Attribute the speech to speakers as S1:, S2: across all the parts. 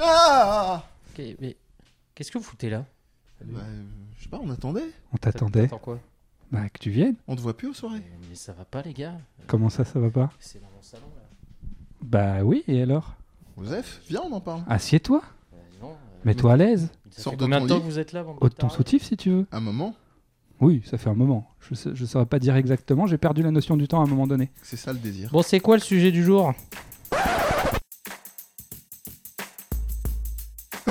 S1: Ah
S2: Ok, mais qu'est-ce que vous foutez là
S1: Bah, euh, Je sais pas, on attendait.
S3: On t'attendait.
S2: Attends quoi
S3: Bah, que tu viennes.
S1: On te voit plus aux soirées.
S2: mais, mais ça va pas, les gars.
S3: Comment ça, ça va pas
S2: C'est dans mon salon là.
S3: Bah oui, et alors
S1: Joseph, viens, on en parle.
S3: Assieds-toi.
S2: Euh, non. euh,
S3: Mets-toi à l'aise.
S2: Ça
S1: Sors
S2: fait
S1: de
S2: combien
S1: ton
S2: de temps
S1: lit.
S2: que vous êtes là, bande de
S3: Ôte ton
S2: tarés
S3: soutif si tu veux.
S1: Un moment,
S3: Oui, ça fait un moment. Je, sais- je saurais pas dire exactement, j'ai perdu la notion du temps à un moment donné.
S1: c'est ça le désir.
S2: Bon, c'est quoi le sujet du jour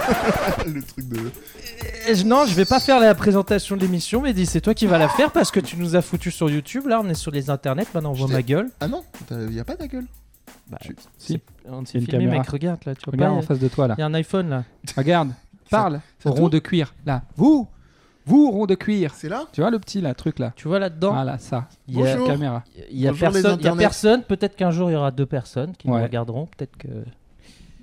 S1: le truc de.
S2: Euh, je- Non, je vais pas faire la présentation de l'émission, mais dis, c'est toi qui vas la faire parce que tu nous as foutu sur YouTube. Là, on est sur les internets, maintenant on voit
S1: Je
S2: ma gueule.
S1: Ah non, t'as- y a pas ta gueule.
S2: Bah,
S1: Tu-
S3: si.
S2: c'est- On
S3: Il y a
S2: s'est
S3: une
S2: filmé,
S3: caméra.
S2: mec, regarde là, tu vois
S3: Regarde
S2: pas
S3: en face de toi là.
S2: Il y a un iPhone là.
S3: Regarde, parle
S1: ça
S3: au rond
S1: tourne
S3: de cuir là. Vous Vous, rond de cuir
S1: C'est là
S3: Tu vois le petit là, truc là
S2: Tu vois là-dedans,
S3: Voilà, ça.
S2: il y a-
S1: Bonjour.
S3: Caméra.
S2: il y a,
S1: Bonjour, les
S2: personne, il y a
S1: internets.
S2: personne. Peut-être qu'un jour il y aura deux personnes qui nous
S3: Ouais.
S2: regarderont. Peut-être que.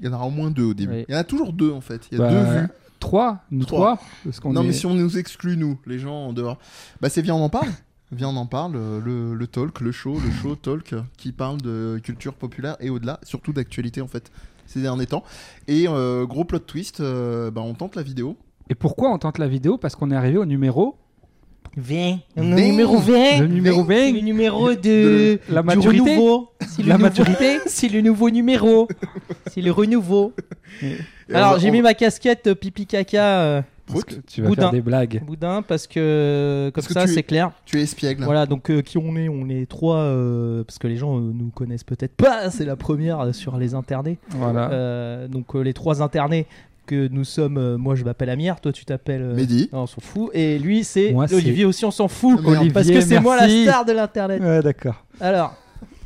S1: Il y en aura au moins deux au début. Il
S2: Oui.
S1: y en a toujours deux en fait. Il y a
S3: Bah,
S1: deux vues.
S3: Trois Nous
S1: Trois.
S3: trois, parce qu'on
S1: Non,
S3: est-
S1: mais si on nous exclut, nous, les gens en dehors. Bah, c'est Viens, on en parle. Viens, on en parle. euh, Le, le talk, le show, le show talk euh, qui parle de culture populaire et au-delà, surtout d'actualité en fait, ces derniers temps. Et euh, gros plot twist, euh, bah, on tente la vidéo.
S3: Et pourquoi on tente la vidéo Parce qu'on est arrivé au numéro.
S2: 20. Le
S1: Vingt.
S2: numéro 20.
S3: Le numéro
S2: C'est
S3: 20
S2: le numéro de,
S1: De
S3: la
S2: du
S3: maturité.
S2: renouveau. C'est le
S3: La
S2: nouveau-
S3: maturité.
S2: C'est le nouveau numéro. C'est le renouveau.
S1: Et on
S2: Alors
S1: va-
S2: j'ai
S1: on-
S2: mis ma casquette euh, pipi caca euh,
S3: Parce
S1: Prout,
S3: que tu vas
S2: Boudin.
S3: faire des blagues.
S2: boudin parce que euh, comme
S1: Parce que
S2: ça
S1: tu es-
S2: c'est clair.
S1: Tu es espiègle.
S2: Voilà donc euh, qui on est On est trois euh, parce que les gens euh, nous connaissent peut-être pas. C'est la première euh, sur les internets.
S1: Ah.
S3: Voilà.
S2: Euh, donc euh, les trois internés que nous sommes. euh, moi je m'appelle Amir, toi tu t'appelles. euh,
S1: Mehdi.
S2: Non, on s'en fout. Et lui c'est
S3: Moi, c'est-
S2: Olivier aussi on s'en fout.
S1: Ah, merde.
S3: Olivier,
S2: Parce que c'est moi la
S3: merci.
S2: star de l'internet.
S3: Ouais, d'accord.
S2: Alors.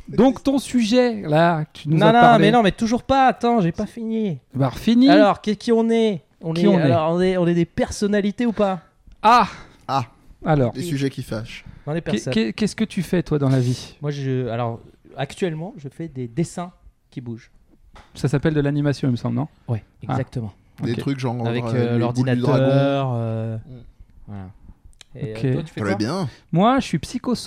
S3: Donc ton sujet là, que tu nous
S2: Non,
S3: as
S2: non,
S3: parlé.
S2: mais non, mais toujours pas. Attends, j'ai pas fini.
S3: Bah fini.
S2: Alors, qui, qui on est on
S3: Qui
S2: est,
S3: on est
S2: alors, on est On est des personnalités ou pas
S3: Ah
S1: Ah.
S2: Euh,
S3: Alors,
S1: Les sujets qui fâchent.
S2: On est
S3: qu'est-
S2: personne.
S3: qu'est- qu'est-ce que tu fais toi dans la vie
S2: Moi, je, alors, actuellement, je fais des dessins qui bougent.
S3: Ça s'appelle de l'animation, il me semble, non
S2: Ouais, exactement.
S3: Ok.
S1: Des trucs genre.
S2: Avec
S1: euh,
S2: euh,
S1: les boules du dragon.
S2: l'ordinateur. euh,
S1: Mm.
S2: Voilà. Et
S3: Ok.
S2: euh, toi, tu fais
S1: Très
S2: quoi
S1: bien.
S3: Moi, je suis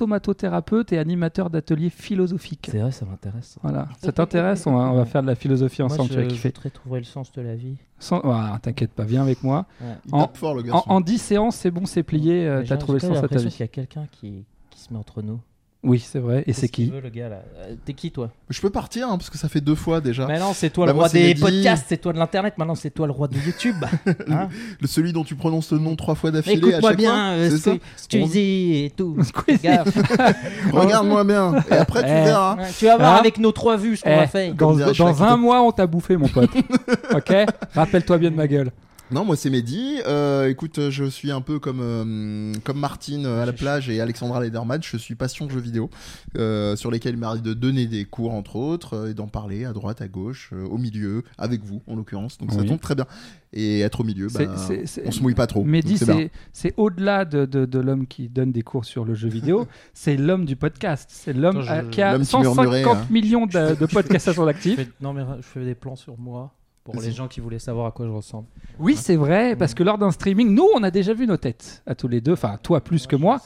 S3: psychosomatothérapeute et animateur d'ateliers philosophiques.
S2: C'est vrai, ça m'intéresse.
S3: Voilà. Ça t'intéresse on va, on va faire de la philosophie
S2: Moi,
S3: ensemble, tu vas
S2: je, je
S3: kiffer.
S2: voudrais trouver le sens de la vie.
S3: Sans- Ah, T'inquiète pas, viens avec moi.
S1: Il
S3: En-
S1: tape fort le
S3: En,
S1: garçon.
S3: en 10 séances, c'est bon, c'est plié, euh,
S2: Mais
S3: t'as
S2: j'ai-
S3: trouvé le
S2: j'ai
S3: sens à ta
S2: l'impression
S3: vie.
S2: qu'il y a quelqu'un qui, qui se met entre nous.
S3: Oui, c'est vrai. Et
S2: Qu'est-ce
S3: c'est
S2: qu'il
S3: qui
S2: veut, le gars là Euh, T'es qui toi
S1: Je peux partir hein, parce que ça fait deux fois déjà.
S3: Ah.
S2: Mais non, c'est toi
S1: Bah,
S2: le
S1: moi,
S2: roi
S1: c'est
S2: des
S1: Mehdi.
S2: podcasts, c'est toi de l'internet, maintenant c'est toi le roi de YouTube. Hein
S1: Le- Celui dont tu prononces le nom trois fois
S2: Mais
S1: d'affilée à
S2: Écoute-moi
S1: chaque
S2: bien,
S1: fois.
S2: euh,
S1: c'est ça
S2: Sque- Squeezie et tout.
S3: Squeezie.
S2: Gaffe.
S1: Regarde-moi bien. Et après tu
S3: Eh.
S1: verras.
S2: Ouais, tu vas voir
S3: Hein
S2: avec nos trois vues ce qu'on
S3: Eh,
S2: va faire.
S3: dans,
S1: dirait
S3: dans
S1: Shrek.
S3: un mois, on t'a bouffé, mon pote. ok Rappelle-toi bien de ma gueule.
S1: Non, moi c'est Mehdi. Euh, écoute, je suis un peu comme, euh, comme Martine euh, à la plage et Alexandra Lederman. Je suis passion jeux vidéo, euh, sur lesquels il m'arrive de donner des cours, entre autres, euh, et d'en parler à droite, à gauche, euh, au milieu, avec vous en l'occurrence. Donc ça
S3: Oui.
S1: tombe très bien. Et être au milieu, bah,
S3: C'est- c'est- c'est-
S1: on se mouille pas trop.
S3: Mehdi,
S1: Oh, Donc, c'est bien.
S3: c'est- c'est au-delà de, de- de l'homme qui donne des cours sur le jeu vidéo, c'est l'homme du podcast. C'est l'homme
S2: Attends,
S3: euh,
S2: je-
S3: qui a
S1: L'homme qui murmurait,
S3: 150
S1: hein.
S3: millions de, de podcasts à son
S2: Je
S3: actif.
S2: fais- non mais je fais des plans sur moi pour les
S1: Vas-y.
S2: gens qui voulaient savoir à quoi je ressemble.
S3: Oui, c'est vrai, parce que lors d'un streaming, nous, on a déjà vu nos têtes à tous les deux, enfin, toi plus que moi.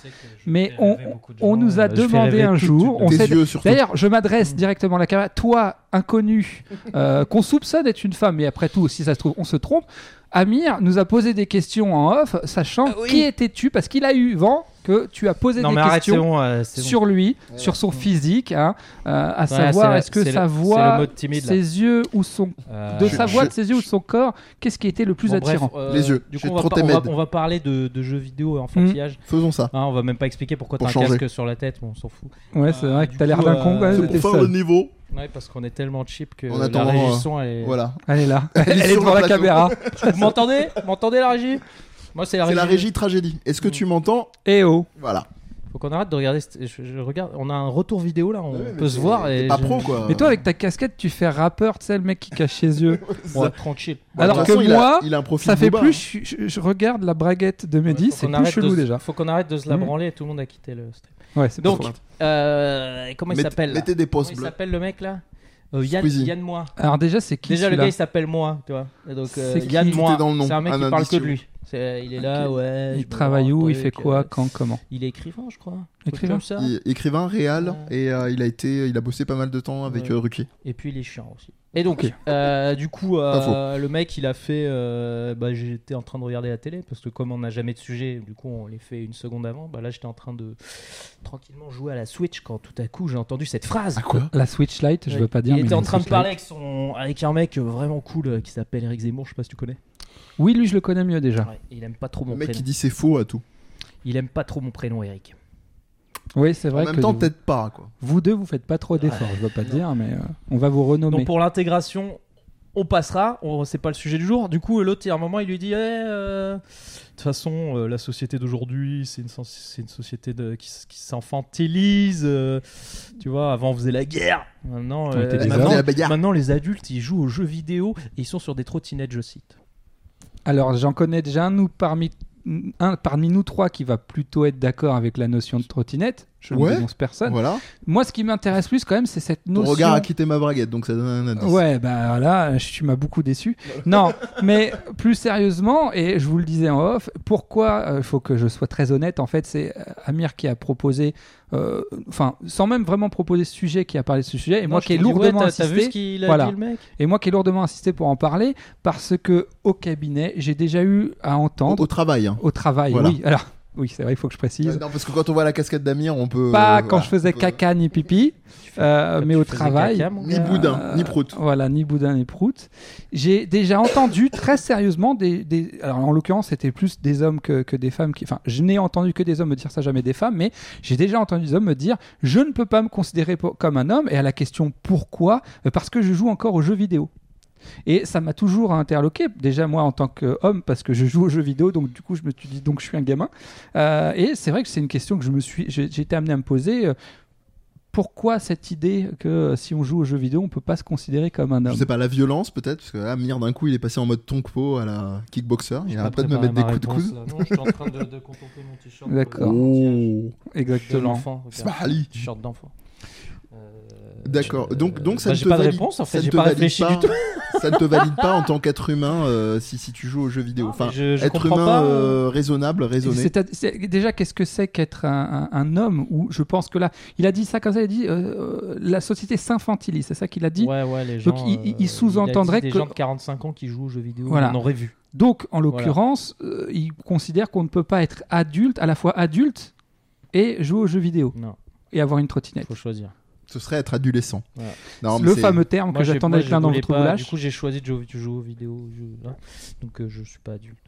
S3: mais on- On nous
S2: euh,
S3: a demandé un jour, on
S1: Tes
S3: s'est
S1: yeux surtout.
S3: D'ailleurs, je
S2: Mm.
S3: m'adresse directement à la caméra. Toi, inconnu, euh, qu'on soupçonne être une femme, mais après tout, si ça se trouve, on se trompe. Amir nous a posé des questions en off, sachant
S2: Ah oui.
S3: qui étais-tu, parce qu'il a eu vent que tu as posé
S2: Non
S3: des
S2: mais arrête, c'est
S3: questions
S2: bon. euh, c'est bon.
S3: sur lui,
S1: Ouais.
S3: sur son physique, hein, euh, à
S2: Ouais, c'est
S3: savoir
S2: la-
S3: est-ce que
S2: c'est le-
S3: sa
S2: c'est le
S3: voix,
S2: mode timide. là.
S3: ses yeux ou son,
S2: Euh,
S3: de
S1: Je-
S3: sa
S1: je-
S3: voix, de ses yeux ou de son corps, qu'est-ce qui était le plus
S2: bon, bref,
S3: attirant
S2: euh,
S1: Les yeux,
S2: Du coup,
S1: j'ai
S2: on va,
S1: trop
S2: par- on, va,
S1: t'aimer.
S2: on va parler de, de jeux vidéo et
S3: Mhm.
S2: enfantillage.
S1: Faisons ça.
S2: Hein, on va même pas expliquer pourquoi
S1: Pour
S2: t'as un
S1: changer.
S2: casque sur la tête, mais on s'en fout.
S3: Ouais, c'est
S2: euh,
S3: vrai que
S2: du
S3: t'as l'air
S2: coup,
S3: d'un
S2: euh,
S3: con. ouais,
S2: c'est
S1: C'est
S3: t'es
S1: pour faire
S3: seul.
S1: le niveau.
S2: Ouais, parce qu'on est tellement cheap que
S1: En
S2: la
S1: attendant,
S2: régie son est...
S1: hein. Voilà.
S3: Elle est là,
S1: Elle est
S3: elle est
S1: sur
S3: devant
S1: le
S3: la
S1: plateau.
S3: caméra.
S2: Vous m'entendez Vous M'entendez la régie Moi c'est la
S1: C'est
S2: régie.
S1: la régie tragédie. Est-ce que
S3: Mm.
S1: tu m'entends
S3: Et oh.
S1: Voilà.
S2: Faut qu'on arrête de regarder. cette- Je, je regarde. On a un retour vidéo là. On
S1: Ouais, mais
S2: peut se
S1: t'es-
S2: voir.
S1: t'es
S2: Et
S1: Pas
S2: je-
S1: pro quoi.
S3: Mais toi, avec ta casquette, tu fais rappeur, tu sais, le mec qui cache ses yeux.
S2: Ouais, tranquille.
S1: Bon, de
S3: Alors
S1: toute
S3: que
S1: façon, il a-
S3: moi,
S1: il a un profil
S3: Ça fait
S1: Booba,
S3: plus, je, je- je regarde la braguette de Mehdi,
S2: hein. Ouais, faut
S3: c'est
S2: qu'on
S3: plus
S2: arrête de
S3: chelou
S2: se-
S3: déjà.
S2: Faut qu'on arrête de se la
S3: Mm.
S2: branler. et Tout le monde a quitté le stream.
S3: Ouais, c'est
S2: Donc,
S3: pour ça.
S2: euh, comment il
S1: Mette-
S2: s'appelle là
S1: Mettez des
S2: Comment
S1: postes
S2: il
S1: bleus.
S2: s'appelle le mec là Euh, Yann,
S1: Squeezie.
S2: Yann Moi.
S3: alors déjà, c'est qui
S2: Déjà le
S3: celui-là
S2: gars il s'appelle Moi, tu vois. Et donc euh,
S3: C'est qui
S2: Yann
S3: Tout
S2: Moi.
S1: est dans le nom.
S2: C'est un mec
S1: Un
S2: qui parle
S1: indice
S2: que de
S1: sur-
S2: lui. C'est- il est là, ouais. je
S3: Il
S2: me
S3: travaille où Il
S2: rappelle
S3: fait
S2: que-
S3: quoi Quand Comment
S2: Il est écrivain, je crois. Écrivain.
S3: Écrivain.
S2: Comme ça.
S1: Il- écrivain réel
S2: Ouais.
S1: et euh, il a été il a bossé pas mal de temps avec
S2: Ouais.
S1: euh, Ruquier.
S2: Et puis il est chiant aussi. Et donc,
S3: Ok.
S2: euh, du coup, euh,
S1: Pas
S2: le mec, il a fait. euh, bah, j'étais en train de regarder la télé parce que comme on n'a jamais de sujet, du coup, on les fait une seconde avant. Bah, là, j'étais en train de tranquillement jouer à la Switch quand tout à coup j'ai entendu cette phrase.
S1: quoi
S3: La Switch Lite, Ah, je veux pas dire.
S2: Il
S3: mais
S2: était en
S3: la
S2: train de
S3: Switch
S2: parler
S3: Lite.
S2: avec son, avec un mec vraiment cool euh, qui s'appelle Eric Zemmour. Je sais pas si tu connais.
S3: Oui, lui, je le connais mieux déjà.
S2: Ouais, il aime pas trop mon
S1: Ah. Le mec
S2: prénom.
S1: qui dit c'est faux à tout.
S2: Il aime pas trop mon prénom, Eric.
S3: Oui, c'est vrai
S1: en même
S3: que
S1: temps
S3: vous,
S1: peut-être pas quoi.
S3: vous deux, vous faites pas trop d'efforts, je veux pas dire, mais euh, on va vous renommer.
S2: Donc pour l'intégration, on passera, on, c'est pas le sujet du jour. Du coup, l'autre, il y a un moment, il lui dit Eh, euh, De toute façon, euh, la société d'aujourd'hui, c'est une, sens- c'est une société de, qui, s- qui s'infantilise. euh, tu vois, avant, on faisait la guerre. Maintenant, euh,
S3: On était des
S1: Maintenant,
S2: maintenant,
S1: c'est la bagarre.
S2: maintenant, les adultes, ils jouent aux jeux vidéo et ils sont sur des trottinettes, je cite.
S3: Alors, j'en connais déjà un, ou parmi, un parmi nous trois qui va plutôt être d'accord avec la notion de trottinette. Je
S1: Ouais.
S3: ne dénonce personne.
S1: Voilà.
S3: Moi, ce qui m'intéresse plus quand même, c'est cette
S1: Ton
S3: notion.
S1: regard a quitté ma braguette donc ça donne un indice.
S3: hein. Ouais, bah là, je- tu m'as beaucoup déçu. Non, mais plus sérieusement, et je vous le disais en off, pourquoi il faut que je sois très honnête, en fait, c'est euh, Amir qui a proposé, euh, enfin, sans même vraiment proposer ce sujet, qui a parlé de ce sujet, et moi qui ai lourdement
S2: T'as vu ce
S3: insisté,
S2: qu'il a
S3: voilà.
S2: dit, le mec
S3: et moi qui ai lourdement insisté pour en parler, parce que au cabinet, j'ai déjà eu à
S1: Au,
S3: entendre
S1: au travail. hein.
S3: au travail,
S1: Voilà.
S3: oui, alors, oui, c'est vrai, il faut que je
S1: Euh,
S3: précise.
S1: non parce que quand on voit la casquette d'Amir on peut. euh,
S3: Pas quand
S1: voilà,
S3: je faisais
S1: on peut-
S3: caca ni pipi, euh,
S2: Quand
S3: mais
S2: tu
S3: au
S2: faisais
S3: travail.
S2: caca, mon
S1: Ni
S2: gars.
S1: boudin, ni prout.
S3: Voilà, ni boudin ni prout. J'ai déjà entendu très sérieusement des, des- alors en l'occurrence c'était plus des hommes que, que des femmes qui, enfin je n'ai entendu que des hommes me dire ça jamais des femmes, mais j'ai déjà entendu des hommes me dire je ne peux pas me considérer pour- comme un homme et à la question pourquoi Euh, parce que je joue encore aux jeux vidéo. Et ça m'a toujours interloqué, déjà moi en tant qu'homme, parce que je joue aux jeux vidéo, donc du coup je me suis dit, donc je suis un gamin. Euh, et c'est vrai que c'est une question que je me suis, j'ai j'ai été amené à me poser. euh, Pourquoi cette idée que euh, si on joue aux jeux vidéo, on peut pas se considérer comme un
S1: Je
S3: homme
S1: sais pas, la violence peut-être, parce que là, Amir d'un coup il est passé en mode tonkpo à la kickboxer, il a après de me mettre des coups de coude.
S2: Non, je suis en train de, de contempler mon t-shirt.
S3: D'accord.
S1: Oh,
S2: De
S3: Exactement.
S2: l'enfant. regarde.
S1: Smiley.
S2: T-shirt d'enfant. Euh,
S1: D'accord.
S2: euh,
S1: Donc, donc ça
S2: bah,
S1: ne
S2: j'ai
S1: te
S2: pas de
S1: valide-
S2: réponse en
S1: ça
S2: fait.
S1: ne
S2: J'ai
S1: te
S2: pas
S1: valide
S2: réfléchi
S1: pas-
S2: du tout.
S1: ça ne te valide pas en tant qu'être humain euh, si, si tu joues aux jeux vidéo. Enfin,
S2: je, je
S1: être
S2: comprends
S1: humain
S2: pas.
S1: euh, raisonnable, raisonné.
S3: C'est- c'est- déjà, qu'est-ce que c'est qu'être un, un- un homme Ou je pense que là, il a dit ça comme ça. Il a dit euh, euh, la société s'infantilise. C'est ça qu'il a dit.
S2: Ouais, ouais, les gens.
S3: Donc, il- il- il
S2: euh, a dit
S3: sous-entendrait
S2: des
S3: que-
S2: gens de 45 ans qui jouent aux jeux vidéo.
S3: Voilà.
S2: On aurait vu.
S3: Donc, en l'occurrence, euh, il considère qu'on ne peut pas être adulte, à la fois adulte et jouer aux jeux vidéo
S2: Non,
S3: et avoir une trottinette.
S2: faut choisir.
S1: Ce serait être adolescent.
S2: Voilà.
S1: Non, mais
S3: Le
S1: c'est-
S3: fameux terme
S2: Moi,
S3: que
S2: j'ai-
S3: j'attendais
S2: moi, je
S3: plein dans
S2: voulais
S3: votre
S2: pas-
S3: boulage.
S2: Du coup, j'ai choisi de jouer, de jouer aux vidéos. je- hein. Donc, euh, je suis pas adulte.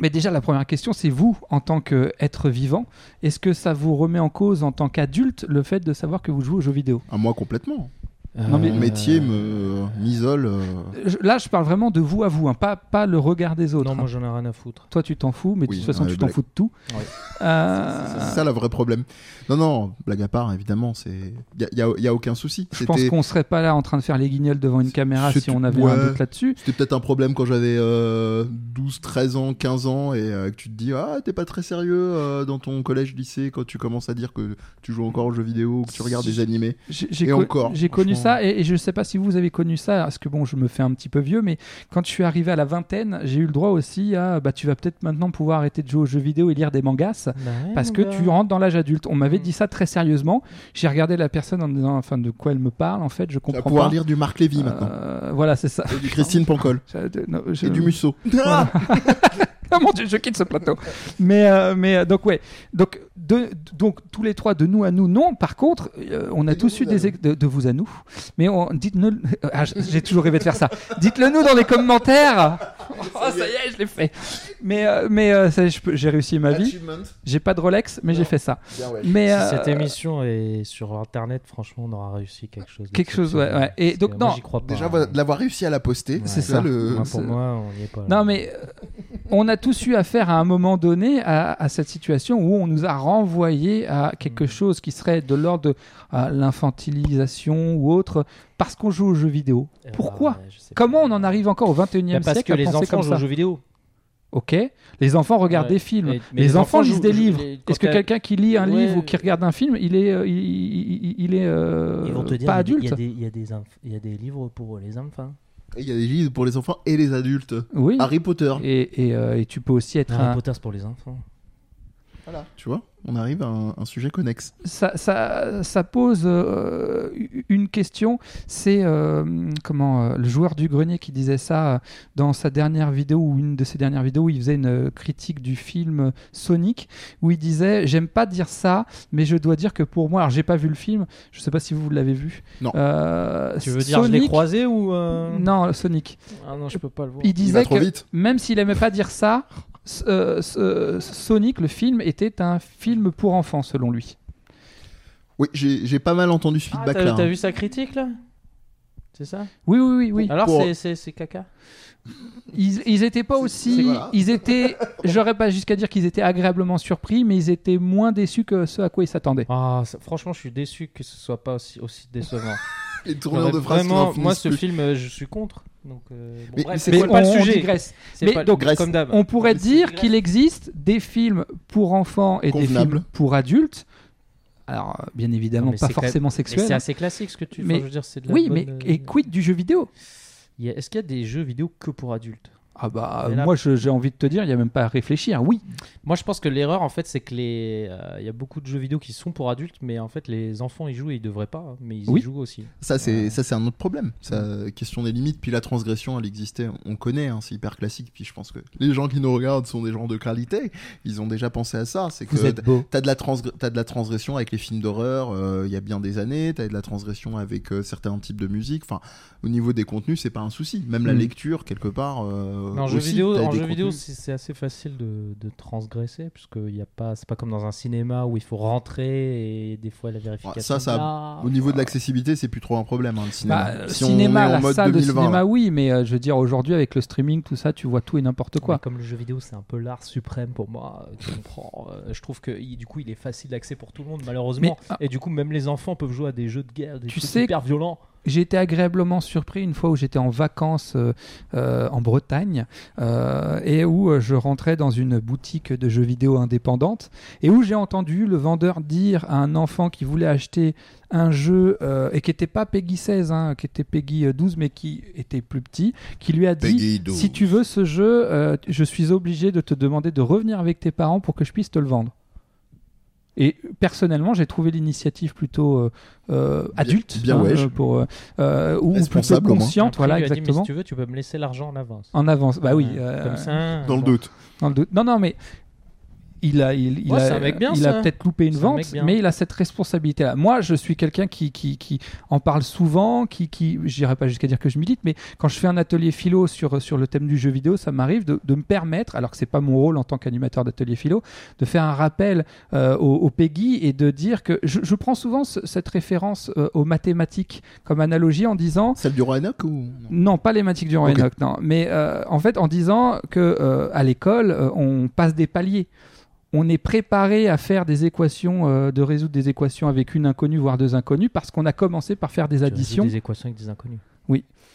S3: Mais déjà, la première question, c'est vous, en tant qu'être vivant, est-ce que ça vous remet en cause, en tant qu'adulte, le fait de savoir que vous jouez aux jeux vidéo
S1: à moi complètement.
S3: Non, mais-
S1: Mon
S2: Euh,
S1: métier me m'isole. euh,
S3: Je- Là, je parle vraiment de vous à vous, hein, pas, pas le regard des autres.
S2: Non,
S3: hein.
S2: moi, j'en ai rien à foutre.
S3: Toi, tu t'en fous, mais de
S1: Oui,
S3: toute façon,
S1: ouais,
S3: tu t'en
S1: blague.
S3: fous de tout.
S2: Ouais.
S3: Euh,
S1: C'est ça le vrai problème. Non, non, blague à part, évidemment, c'est y a, y a- y a aucun souci.
S3: Je pense
S1: C'était-
S3: qu'on serait pas là en train de faire les guignols devant une caméra
S1: c'est-
S3: si on avait
S1: ouais.
S3: un doute là-dessus.
S1: C'était peut-être un problème quand j'avais euh, 12, 13 ans, 15 ans, et euh, que tu te dis, ah, t'es pas très sérieux euh, dans ton collège, lycée, quand tu commences à dire que tu joues encore aux jeux vidéo, que tu regardes des animés.
S3: J'ai- J'ai
S1: Et
S3: co-
S1: encore,
S3: j'ai connu
S2: franchement.
S3: ça et, et je sais pas si vous avez connu ça, parce que bon, je me fais un petit peu vieux, mais quand je suis arrivé à la vingtaine, j'ai eu le droit aussi à bah tu vas peut-être maintenant pouvoir arrêter de jouer aux jeux vidéo et lire des mangas. Bah, Parce
S2: bah,
S3: que tu rentres dans l'âge adulte. On m'avait
S2: Eh, Mm.
S3: dit ça très sérieusement. J'ai regardé la personne en me disant, enfin, de quoi elle me parle, en fait, je
S1: Tu vas
S3: comprends
S1: pouvoir
S3: pas.
S1: lire du Marc Lévy maintenant,
S3: Euh, voilà, c'est Euh, ça.
S1: et du Christine Pancol,
S3: Je- de- non, je-
S1: et du Musso.
S3: Voilà. Ah mon dieu, je quitte ce plateau. Mais, euh, mais euh, donc, ouais. Donc, de, donc, tous les trois, de nous à nous, non. Par contre, euh, on a
S1: De
S3: tous
S1: vous
S3: eu
S1: à
S3: des.
S1: nous.
S3: ex- De, de vous à nous. Mais on, dites-nous. Ah, j- J'ai toujours rêvé de faire ça. Dites-le nous dans les commentaires. Oh, ça y est, je l'ai fait. Mais, euh, mais euh, ça, je peux- j'ai réussi ma vie.
S1: Achievement.
S3: J'ai pas de Rolex, mais j'ai
S1: Non.
S3: fait ça.
S1: Bien, ouais.
S3: Mais,
S2: Si
S3: euh,
S2: cette émission est sur internet, franchement, on aura réussi quelque chose.
S3: Quelque chose, ouais,
S2: d'exceptionnel.
S3: ouais. Et
S2: Parce
S3: donc,
S2: que moi,
S3: non.
S2: j'y crois pas.
S1: Déjà, voilà, de l'avoir réussi à la poster,
S2: Ouais.
S1: c'est
S3: C'est ça.
S1: ça le.
S2: Moi, pour
S3: c'est-
S2: moi, on n'y est pas. là.
S3: Non, mais euh, on a tous eu affaire à un moment donné à, à cette situation où on nous a renvoyé à quelque
S2: Mm.
S3: chose qui serait de l'ordre de euh, l'infantilisation ou autre parce qu'on joue aux jeux vidéo.
S2: Euh,
S3: Pourquoi
S2: ouais, je sais pas.
S3: Comment on en arrive encore au
S2: Bah,
S3: 21e
S2: Parce
S3: siècle
S2: que
S3: à
S2: les
S3: penser
S2: enfants
S3: comme
S2: jouent aux
S3: ça
S2: jeux vidéo.
S3: Ok, les enfants regardent
S2: Ouais.
S3: des films.
S2: Et- mais
S3: les, enfants,
S2: jouent-
S3: lisent des
S2: jouent-
S3: livres.
S2: les- quand
S3: Est-ce que
S2: t'as-
S3: quelqu'un qui lit un
S2: Ouais.
S3: livre ou qui regarde un film, il est, euh, il, il- il- il est euh,
S2: Ils vont te dire,
S3: pas
S2: il y a-
S3: adulte Ah.
S2: Il y a des- il y a des inf- il y a des livres pour les enfants.
S1: Et Il y a des livres pour les enfants et les adultes.
S3: Oui.
S2: Ah.
S1: Harry Potter.
S3: Et, et, euh, et tu peux aussi être
S2: Harry
S3: un,
S2: Potter, c'est pour les enfants.
S1: Voilà. Tu vois, on arrive à un, un sujet connexe.
S3: ça, ça, ça pose euh, une question. C'est euh, comment euh, le joueur du grenier qui disait ça euh, dans sa dernière vidéo ou une de ses dernières vidéos où il faisait une euh, critique du film euh, Sonic où il disait j'aime pas dire ça mais je dois dire que pour moi alors j'ai pas vu le film je sais pas si vous l'avez vu.
S1: Non.
S3: Euh,
S2: Tu veux dire, je l'ai
S3: Sonic-
S2: croisé ou. euh,
S3: Non Sonic.
S2: Ah non, je peux pas le voir.
S3: Il
S1: Il va
S3: disait
S1: trop
S3: que
S1: vite.
S3: même s'il aimait pas dire ça, s- euh, s- euh, Sonic le film était un film pour enfants selon lui.
S1: Oui, j'ai j'ai pas mal entendu ce
S2: Ah,
S1: feedback
S2: t'as
S1: là.
S2: t'as
S1: hein.
S2: vu sa critique là C'est ça
S3: Oui oui oui oui.
S2: Alors,
S1: Pour-
S2: c'est- c'est c'est caca.
S3: Ils, ils étaient pas
S1: C'est- c'est-
S3: aussi.
S1: voilà.
S3: Ils étaient. J'aurais pas jusqu'à dire qu'ils étaient agréablement surpris, mais ils étaient moins déçus que ce à quoi ils s'attendaient.
S2: Ah, ça- franchement, je suis déçu que ce soit pas aussi, aussi décevant.
S1: Les tourneurs de phrases qui n'en
S2: vraiment,
S1: finissent
S2: moi, ce
S1: plus.
S2: film, euh, je suis contre. Donc, euh, bon,
S1: Mais- mais
S2: bref,
S1: c'est
S2: c'est
S1: quoi-
S2: pas le
S3: on- On,
S2: sujet.
S3: digresse.
S2: C'est
S3: Mais
S2: pas-
S3: donc,
S1: Grèce.
S2: comme d'hab.
S3: On pourrait
S1: Mais c'est
S3: dire
S2: digresse.
S3: qu'il existe des films pour enfants et des
S1: Convenable.
S3: films pour adultes. Alors, euh, bien évidemment,
S2: Non, mais
S3: pas
S2: c'est quand même-
S3: forcément
S2: Mais c'est
S3: sexuels.
S2: assez classique ce que tu.
S3: Mais-
S2: Mais, je veux dire, c'est de la
S3: Oui,
S2: bonne,
S3: mais
S2: euh,
S3: et quid du jeu vidéo
S2: il y a- Est-ce qu'il y a des jeux vidéo que pour adultes
S3: Ah bah,
S2: Mais là-
S3: moi, je- j'ai envie de te dire, il y a même pas à réfléchir. Oui,
S2: Moi, je pense que l'erreur, en fait, c'est que les, euh, il y a beaucoup de jeux vidéo qui sont pour adultes, mais en fait, les enfants y jouent et ils devraient pas, hein, mais ils
S3: Oui.
S2: y jouent aussi.
S1: Ça, c'est ça, c'est un autre problème. Ça, question des limites. Puis la transgression, elle existait. On connaît, hein, c'est hyper classique. Puis je pense que les gens qui nous regardent sont des gens de qualité. Ils ont déjà pensé à ça. C'est
S3: vous
S1: que
S3: êtes beau.
S1: T'as de, la transgr- t'as de la transgression avec les films d'horreur euh, il y a bien des années, t'as de la transgression avec euh, certains types de musique. Enfin, au niveau des contenus, c'est pas un souci. Même la
S3: Mm.
S1: lecture, quelque part. euh,
S2: en jeu
S1: aussi,
S2: vidéo,
S1: t'as
S2: en
S1: des
S2: jeu vidéo,
S1: contenus.
S2: c'est c'est assez facile de, de transgresser, puisque il y a pas, c'est pas comme dans un cinéma où il faut rentrer et des fois la vérification.
S1: ça, ça-
S2: Ah.
S1: Au niveau de l'accessibilité, c'est plus trop un problème, hein, le cinéma.
S3: Bah,
S1: Si on
S3: cinéma,
S1: est en
S3: la
S1: mode
S3: salle
S1: 2020,
S3: de cinéma, oui, mais euh, je veux dire, aujourd'hui, avec le streaming, tout ça, tu vois tout et n'importe quoi.
S2: Mais Comme le jeu vidéo, c'est un peu l'art suprême pour moi. euh, Tu comprends euh, Je trouve que il- du coup, il est facile d'accès pour tout le monde, malheureusement.
S3: Mais, ah.
S2: Et du coup, même les enfants peuvent jouer à des jeux de guerre, des
S3: Tu
S2: trucs
S3: sais-
S2: hyper violents.
S3: J'ai été agréablement surpris une fois où j'étais en vacances euh, euh, en Bretagne euh, et où euh, je rentrais dans une boutique de jeux vidéo indépendante et où j'ai entendu le vendeur dire à un enfant qui voulait acheter un jeu euh, et qui n'était pas Peggy 16, hein, qui était Peggy 12 mais qui était plus petit, qui lui a dit
S1: Peggy 12.
S3: si tu veux ce jeu, euh, je suis obligé de te demander de revenir avec tes parents pour que je puisse te le vendre. Et personnellement, j'ai trouvé l'initiative plutôt euh, euh, adulte,
S1: bien wesh.
S3: pour euh, euh, ou plutôt
S1: Responsable, au moins.
S3: consciente,
S2: Après,
S3: voilà
S2: il lui a dit, Mais
S3: exactement.
S2: si tu veux, tu peux me laisser l'argent en avance.
S3: En avance, bah oui,
S2: Ouais,
S3: euh,
S2: Comme ça.
S1: Dans le
S2: bon.
S1: doute.
S3: dans le doute. Non, non, mais il a, il, il
S2: Ouais, c'est
S3: a,
S2: un mec bien,
S3: il a
S2: ça.
S3: peut-être loupé une
S2: C'est un mec
S3: vente,
S2: bien.
S3: mais il a cette responsabilité-là. Moi, je suis quelqu'un qui, qui, qui en parle souvent, qui, qui, j'irai pas jusqu'à dire que je milite, mais quand je fais un atelier philo sur, sur le thème du jeu vidéo, ça m'arrive de, de me permettre, alors que c'est pas mon rôle en tant qu'animateur d'atelier philo, de faire un rappel euh, au, au PEGI et de dire que je, je prends souvent ce- cette référence euh, aux mathématiques comme analogie en disant
S1: Celle du Roanoke ou. non
S3: non, pas les mathématiques du Roanoke, non. Mais euh, en fait, en disant que euh, à l'école, euh, on passe des paliers. On est préparé à faire des équations, euh, de résoudre des équations avec une inconnue, voire deux inconnues, parce qu'on a commencé par faire des
S2: Tu rajoutes
S3: additions
S2: Des équations avec des inconnus.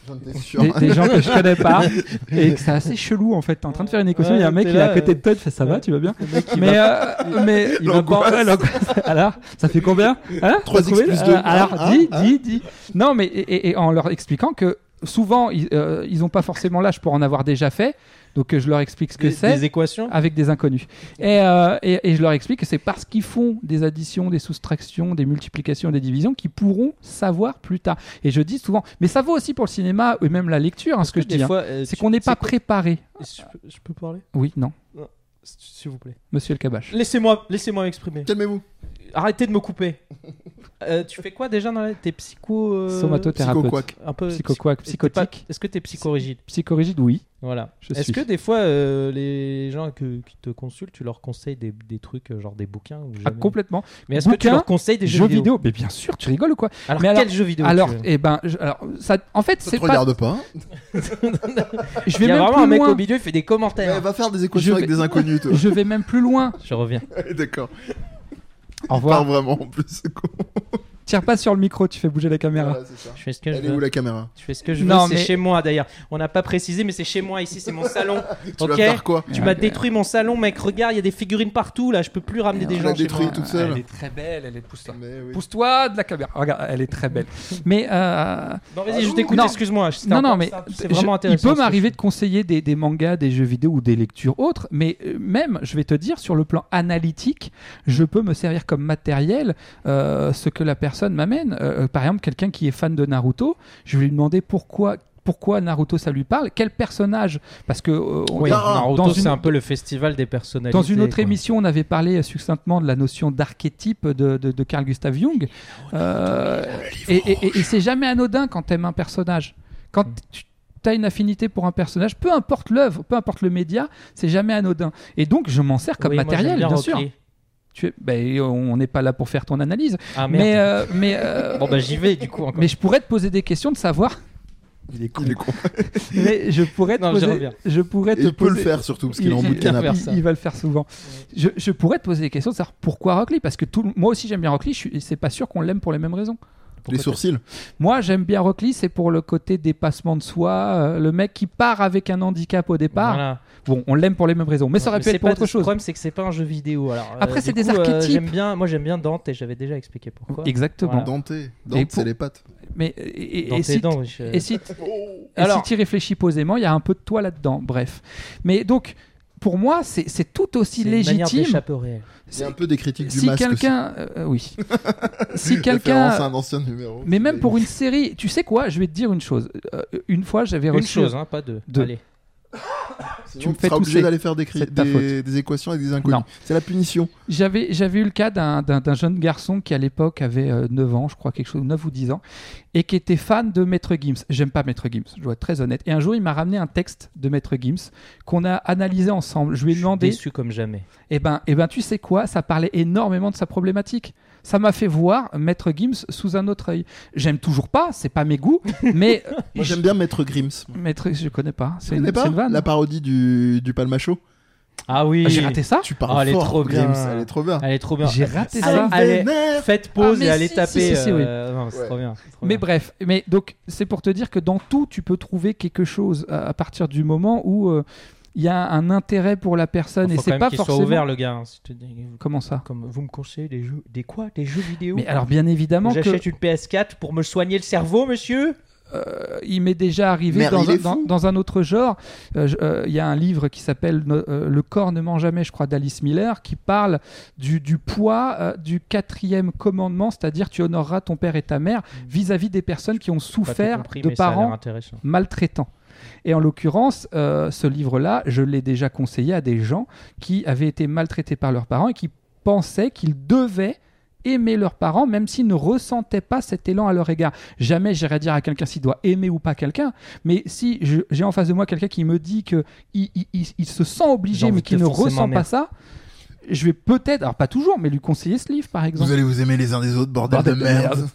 S1: J'en étais sûr.
S3: des, des gens que je connais pas. et que c'est assez chelou, en fait. T'es en train de faire une équation, il y a un
S2: Ouais,
S3: mec
S2: t'es
S3: qui est à
S2: là,
S3: côté de toi, il fait ça va,
S2: ouais.
S3: tu vas bien Mais, euh, mais il va pas- ouais, l'angoisse. Alors, ça fait combien Hein
S1: Trois
S3: T'as trouvé
S1: X plus deux.
S3: Euh, Alors,
S1: Hein
S3: dis,
S1: Hein
S3: dis, dis. Non, mais et, et- et en leur expliquant que souvent, ils, euh, ils ont pas forcément l'âge pour en avoir déjà fait. Donc, euh, je leur explique ce que
S2: Des-
S3: c'est Ah,
S2: Des équations
S3: avec des inconnus. Et, euh, et- et je leur explique que c'est parce qu'ils font des additions, des soustractions, des multiplications, des divisions qu'ils pourront savoir plus tard. Et je dis souvent, mais ça vaut aussi pour le cinéma et même la lecture, hein, ce que je dis. hein.
S2: euh,
S3: C'est qu'on n'est pas préparé.
S2: Je peux- je peux parler
S3: Oui, non,
S2: S'il vous plaît.
S3: monsieur le cabache.
S2: Laissez-moi laissez-moi m'exprimer.
S1: Calmez-vous.
S2: Arrêtez de me couper. Euh, tu fais quoi déjà dans la. T'es psycho. euh,
S3: Somatothérapeute.
S1: Psychoquac.
S2: Un peu.
S3: Psychoquac,
S2: psy- t'es pas-
S3: psychotique.
S2: Est-ce que t'es psychorigide
S3: Psychorigide, oui.
S2: Voilà.
S3: Je
S2: Est-ce
S3: suis.
S2: que des fois, euh, les gens que- qui te consultent, tu leur conseilles des, des trucs, euh, genre des bouquins ou
S3: Ah,
S2: jamais
S3: complètement.
S2: Mais est-ce que tu
S3: Bouquins,
S2: leur conseilles des jeux, vidéo,
S3: Mais bien sûr, tu rigoles ou quoi
S2: Alors,
S3: Mais
S2: quel
S3: alors-
S2: jeu vidéo
S3: Alors,
S2: tu veux
S3: eh ben, je- alors, ça, en fait,
S1: Ça te
S3: c'est pas.
S1: regarde pas. hein.
S3: Je
S2: Il
S3: vais
S2: y a
S3: même
S2: vraiment
S3: plus
S2: un mec
S3: loin.
S2: au milieu, il fait des
S1: Ouais,
S2: commentaires.
S1: va faire des
S3: Je
S1: équations avec
S3: vais-
S1: des inconnus, toi.
S3: Je vais même plus loin.
S2: Je reviens.
S1: Ouais, D'accord.
S3: Au
S1: Pas
S3: revoir.
S1: vraiment en plus.
S3: Tire pas sur le micro, tu fais bouger la caméra.
S1: Voilà, c'est ça.
S4: Je fais ce que je
S1: Elle est où
S4: veux.
S1: la caméra
S4: Je fais ce que je veux.
S3: Non,
S4: C'est
S3: mais-
S4: chez moi d'ailleurs. On n'a pas précisé, mais c'est chez moi ici. C'est mon salon.
S1: Tu vas
S4: Ok.
S1: faire quoi
S4: Tu m'as détruit mon salon, mec. Regarde, il y a des figurines partout là. Je peux plus ramener des
S1: Tu
S4: gens
S1: l'as
S4: chez
S1: détruit
S4: moi.
S1: toute
S3: Elle
S1: seule.
S3: est très belle, elle est pousse-toi.
S1: Mais oui.
S3: Pousse-toi de la caméra. Regarde, elle est très belle. Mais euh,
S4: Non, vas-y, je t'écoute.
S3: Non.
S4: Excuse-moi. C'était
S3: non,
S4: un
S3: non,
S4: peu-
S3: mais
S4: c'est un- c'est
S3: je-
S4: vraiment
S3: il
S4: intéressant.
S3: peut
S4: ce
S3: m'arriver de conseiller des, des mangas, des jeux vidéo ou des lectures autres, mais euh, même, je vais te dire, sur le plan analytique, je peux me servir comme matériel euh, ce que la personne m'amène. Euh, euh, par exemple, quelqu'un qui est fan de Naruto, je vais lui demander pourquoi. Pourquoi Naruto ça lui parle Quel personnage Parce que euh, on-
S4: Oui,
S1: Dans-
S4: Naruto,
S3: dans
S4: c'est
S3: une-
S4: un peu le festival des personnalités.
S3: dans une autre
S4: quoi.
S3: émission, on avait parlé succinctement de la notion d'archétype de, de, de Carl Gustav Jung.
S1: Oh,
S3: Euh, et et- et- et c'est jamais anodin quand t'aimes un personnage. Quand
S4: Mm.
S3: tu as une affinité pour un personnage, peu importe l'œuvre, peu importe le média, c'est jamais anodin. Et donc, je m'en sers comme
S4: Oui, moi,
S3: matériel,
S4: j'aime
S3: bien, sûr.
S4: Rocky.
S3: Tu es- ben, on n'est pas là pour faire ton analyse.
S4: Ah merde.
S3: mais euh, mais, euh,
S4: Bon, bah, j'y vais du coup. encore.
S3: mais je pourrais te poser des questions de savoir.
S1: Il est con. Il, est con.
S3: Mais je pourrais te
S4: Non, j'y
S3: poser.
S4: reviens.
S3: Je pourrais
S1: Et
S3: te
S1: il peut le
S3: poser-
S1: faire surtout parce qu'il est en bout de canapé.
S4: faire
S3: il-
S4: ça.
S3: il va le faire souvent. Je, je pourrais te poser des questions de savoir pourquoi Rock Lee, parce que tout, le- moi aussi j'aime bien Rock Lee, je suis- c'est pas sûr qu'on l'aime pour les mêmes raisons.
S1: Les sourcils.
S3: Moi j'aime bien Rock Lee, c'est pour le côté dépassement de soi, euh, le mec qui part avec un handicap au départ.
S4: Voilà.
S3: Bon, on l'aime pour les mêmes raisons, mais ça aurait
S4: Mais
S3: pu
S4: c'est
S3: être pour
S4: pas-
S3: autre
S4: Le
S3: chose.
S4: problème, c'est que c'est pas un jeu vidéo. Alors, euh,
S3: Après,
S4: du
S3: c'est des
S4: coup, euh,
S3: archétypes.
S4: j'aime bien, moi, j'aime bien Dante et j'avais déjà expliqué pourquoi.
S3: Exactement.
S4: Voilà.
S1: Dante. Dante,
S3: pour-
S1: c'est les pattes.
S3: Mais et- et, et
S4: Dante
S3: si,
S4: et Dante, je-
S3: et si- et Oh.
S4: Alors-
S3: si tu réfléchis posément, il y a un peu de toi là-dedans. Bref, mais donc pour moi c'est c'est tout aussi
S4: c'est une manière
S3: légitime.
S4: d'échapper au réel.
S1: Il y a un peu des critiques du
S3: Si
S1: masque. aussi.
S3: quelqu'un, euh, oui, si
S1: Référence à
S3: quelqu'un euh,
S1: un ancien numéro.
S3: Mais même
S1: C'est-
S3: pour une série, tu sais quoi Je vais te dire une chose. Euh, une fois, j'avais
S4: Une
S3: reçu.
S4: chose, hein, pas deux.
S3: Deux.
S4: Allez.
S1: Sinon,
S3: tu me fais
S1: seras obligé
S3: tousser.
S1: d'aller faire des, cri-
S3: C'est de ta
S1: des...
S3: faute.
S1: des équations avec des inconnus.
S3: Non.
S1: C'est la punition.
S3: J'avais, j'avais eu le cas d'un, d'un- d'un jeune garçon qui, à l'époque, avait euh, 9 ans, je crois, quelque chose, 9 ou 10 ans, et qui était fan de Maître Gims. J'aime pas Maître Gims, je dois être très honnête. Et un jour, il m'a ramené un texte de Maître Gims qu'on a analysé ensemble. Je lui ai demandé.
S4: Déçu comme jamais.
S3: Eh ben, eh ben, tu sais quoi Ça parlait énormément de sa problématique. Ça m'a fait voir Maître Gims sous un autre œil. J'aime toujours pas, c'est pas mes goûts, mais.
S1: Moi, j'aime bien Maître Grims.
S3: Maître, je connais pas. C'est,
S1: Tu
S3: une,
S1: connais pas
S3: c'est une vanne.
S1: La parodie du, du Palmacho.
S4: Ah oui.
S3: Ah, J'ai raté ça
S1: Tu
S4: Ah,
S1: parles
S4: elle est
S1: fort,
S4: trop bien.
S1: Grims. Elle est trop bien.
S4: Elle est trop bien.
S3: J'ai raté
S4: Allez,
S3: ça.
S4: allez,
S1: Vénère.
S4: faites pause
S3: Ah,
S4: et
S3: mais
S4: allez
S3: si,
S4: taper.
S3: si, si,
S4: euh, non, c'est
S1: Ouais.
S4: trop bien. c'est trop
S3: Mais
S4: bien.
S3: bref, mais donc c'est pour te dire que dans tout, tu peux trouver quelque chose à, à partir du moment où euh, il y a un intérêt pour la personne
S4: Faut
S3: et
S4: quand
S3: c'est
S4: même
S3: pas
S4: qu'il soit
S3: forcément
S4: ouvert, le gars. hein, si tu dis-
S3: comment ça.
S4: Comme vous me conseillez des jeux, des quoi Des jeux vidéo
S3: Mais alors bien évidemment que
S4: J'achète une PS4 pour me soigner le cerveau, monsieur
S3: euh, il m'est déjà arrivé
S1: Merde,
S3: dans
S1: il
S3: un,
S1: est
S3: dans,
S1: fou.
S3: dans un autre genre. Euh, je- euh, Il y a un livre qui s'appelle No- euh, Le corps ne ment jamais, je crois, d'Alice Miller, qui parle du, du poids euh, du quatrième commandement, c'est-à-dire tu honoreras ton père et ta mère vis-à-vis des personnes qui ont
S4: Mmh. Pas tout
S3: souffert
S4: compris,
S3: de
S4: mais ça a l'air
S3: parents
S4: intéressant.
S3: maltraitant. Et en l'occurrence, euh, ce livre-là, je l'ai déjà conseillé à des gens qui avaient été maltraités par leurs parents et qui pensaient qu'ils devaient aimer leurs parents, même s'ils ne ressentaient pas cet élan à leur égard. Jamais j'irai dire à quelqu'un s'il doit aimer ou pas quelqu'un, mais si je- j'ai en face de moi quelqu'un qui me dit que il, il- il- il se sent
S4: J'ai
S3: obligé
S4: envie
S3: mais
S4: de
S3: qui
S4: te
S3: ne
S4: forcer ma
S3: ressent
S4: mère.
S3: pas ça, je vais peut-être, alors pas toujours, mais lui conseiller ce livre par exemple.
S1: Vous allez vous aimer les uns des autres, bordel,
S3: Bordel
S1: de
S3: de
S1: merde.
S3: merde.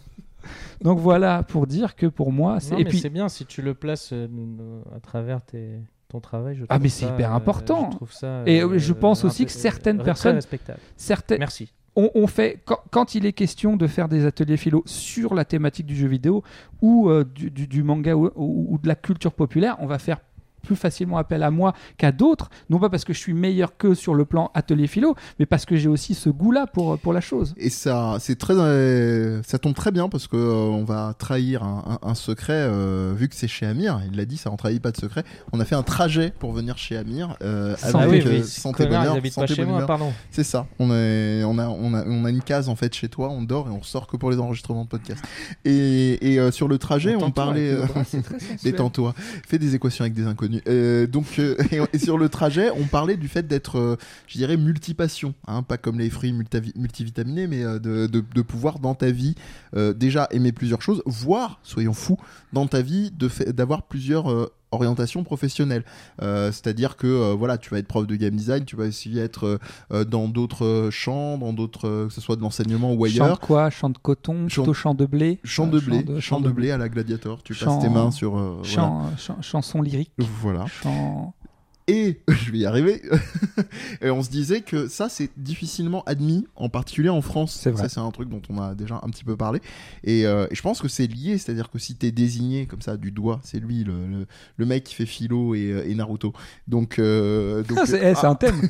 S3: Donc voilà pour dire que pour moi, Ah, c'est...
S4: Non,
S3: et
S4: mais
S3: puis
S4: c'est bien si tu le places euh, n- à travers tes- ton travail. Je
S3: Ah, mais
S4: trouve
S3: c'est
S4: ça,
S3: hyper
S4: euh,
S3: important.
S4: je trouve ça,
S3: Et, euh, je pense
S4: un
S3: aussi
S4: peu-
S3: que certaines
S4: très
S3: personnes-
S4: respectable.
S3: certaines,
S4: Merci.
S3: on, on fait quand, quand il est question de faire des ateliers philo sur la thématique du jeu vidéo ou euh, du, du- du manga ou, ou- ou de la culture populaire, on va faire plus facilement appel à moi qu'à d'autres, non pas parce que je suis meilleur que sur le plan atelier philo, mais parce que j'ai aussi ce goût-là pour, euh, pour la chose.
S1: Et ça, c'est très, euh, ça tombe très bien parce que euh, on va trahir un, un- un secret euh, vu que c'est chez Amir. Il l'a dit, ça on trahit pas de secret. On a fait un trajet pour venir chez Amir euh,
S3: Sans-
S2: bah
S4: ah oui,
S1: avec
S3: euh,
S4: oui,
S1: euh,
S4: ce
S1: santé
S4: connard,
S1: bonheur,
S4: il habite pas
S1: santé
S4: chez
S1: bonne
S4: moi,
S1: humeur.
S4: pardon.
S1: C'est ça. On, est, on, a, on, a, on a une case en fait chez toi. On dort et on sort que pour les enregistrements de podcast. Et, et, euh, sur le trajet, on, parlait. euh, Détends-toi, fais des équations avec des inconnus. Euh, donc, euh, et, et sur le trajet, on parlait du fait d'être, euh, je dirais, multipassion, hein, pas comme les fruits multavi- multivitaminés, mais euh, de, de- de pouvoir dans ta vie euh, déjà aimer plusieurs choses, voire, soyons fous, dans ta vie de fa- d'avoir plusieurs euh, orientations professionnelles. Euh, C'est-à-dire que euh, voilà, tu vas être prof de game design, tu vas aussi être euh, euh, dans d'autres euh, champs, dans d'autres, euh, que ce soit de l'enseignement ou
S3: Champ de
S1: ailleurs.
S3: quoi Champ de coton,
S1: Champ-
S3: plutôt champ de blé.
S1: Champ de
S3: Euh,
S1: blé, champ,
S3: champ
S1: de blé à la gladiator, tu
S3: Champ-
S1: passes tes mains sur euh,
S3: Champ, euh, chan- chanson lyrique.
S1: voilà. voilà.
S3: Champ...
S1: Et je vais y arriver. et on se disait que ça, c'est difficilement admis, en particulier en France.
S3: C'est vrai.
S1: Ça, c'est un truc dont on a déjà un petit peu parlé. Et, euh, et je pense que c'est lié, c'est-à-dire que si t'es désigné comme ça du doigt, c'est lui, le, le, le mec qui fait Philo et, euh, et Naruto. Donc, euh, donc,
S3: Ah, c'est eh, c'est
S1: ah,
S3: un thème.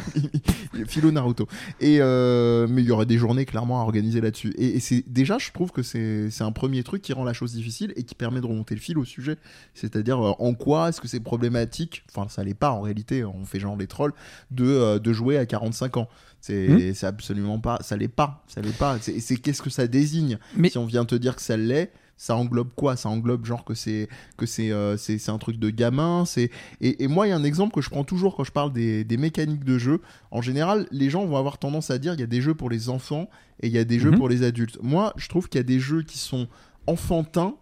S1: Philo Naruto. Et euh, mais il y aurait des journées clairement à organiser là-dessus. Et, et c'est déjà, je trouve que c'est c'est un premier truc qui rend la chose difficile et qui permet de remonter le fil au sujet. C'est-à-dire euh, en quoi est-ce que c'est problématique Enfin, ça l'est pas en réalité. On fait genre les trolls de euh, de jouer à 45 ans. C'est
S3: Hmm.
S1: c'est absolument pas. Ça l'est pas. Ça l'est pas. C'est c'est qu'est-ce que ça désigne
S3: Mais-
S1: Si on vient te dire que ça l'est. Ça englobe quoi Ça englobe genre que c'est que c'est euh, c'est c'est un truc de gamin. C'est et, et moi, il y a un exemple que je prends toujours quand je parle des, des mécaniques de jeu. En général, les gens vont avoir tendance à dire il y a des jeux pour les enfants et il y a des jeux
S3: Mhm.
S1: pour les adultes. Moi, je trouve qu'il y a des jeux qui sont enfantins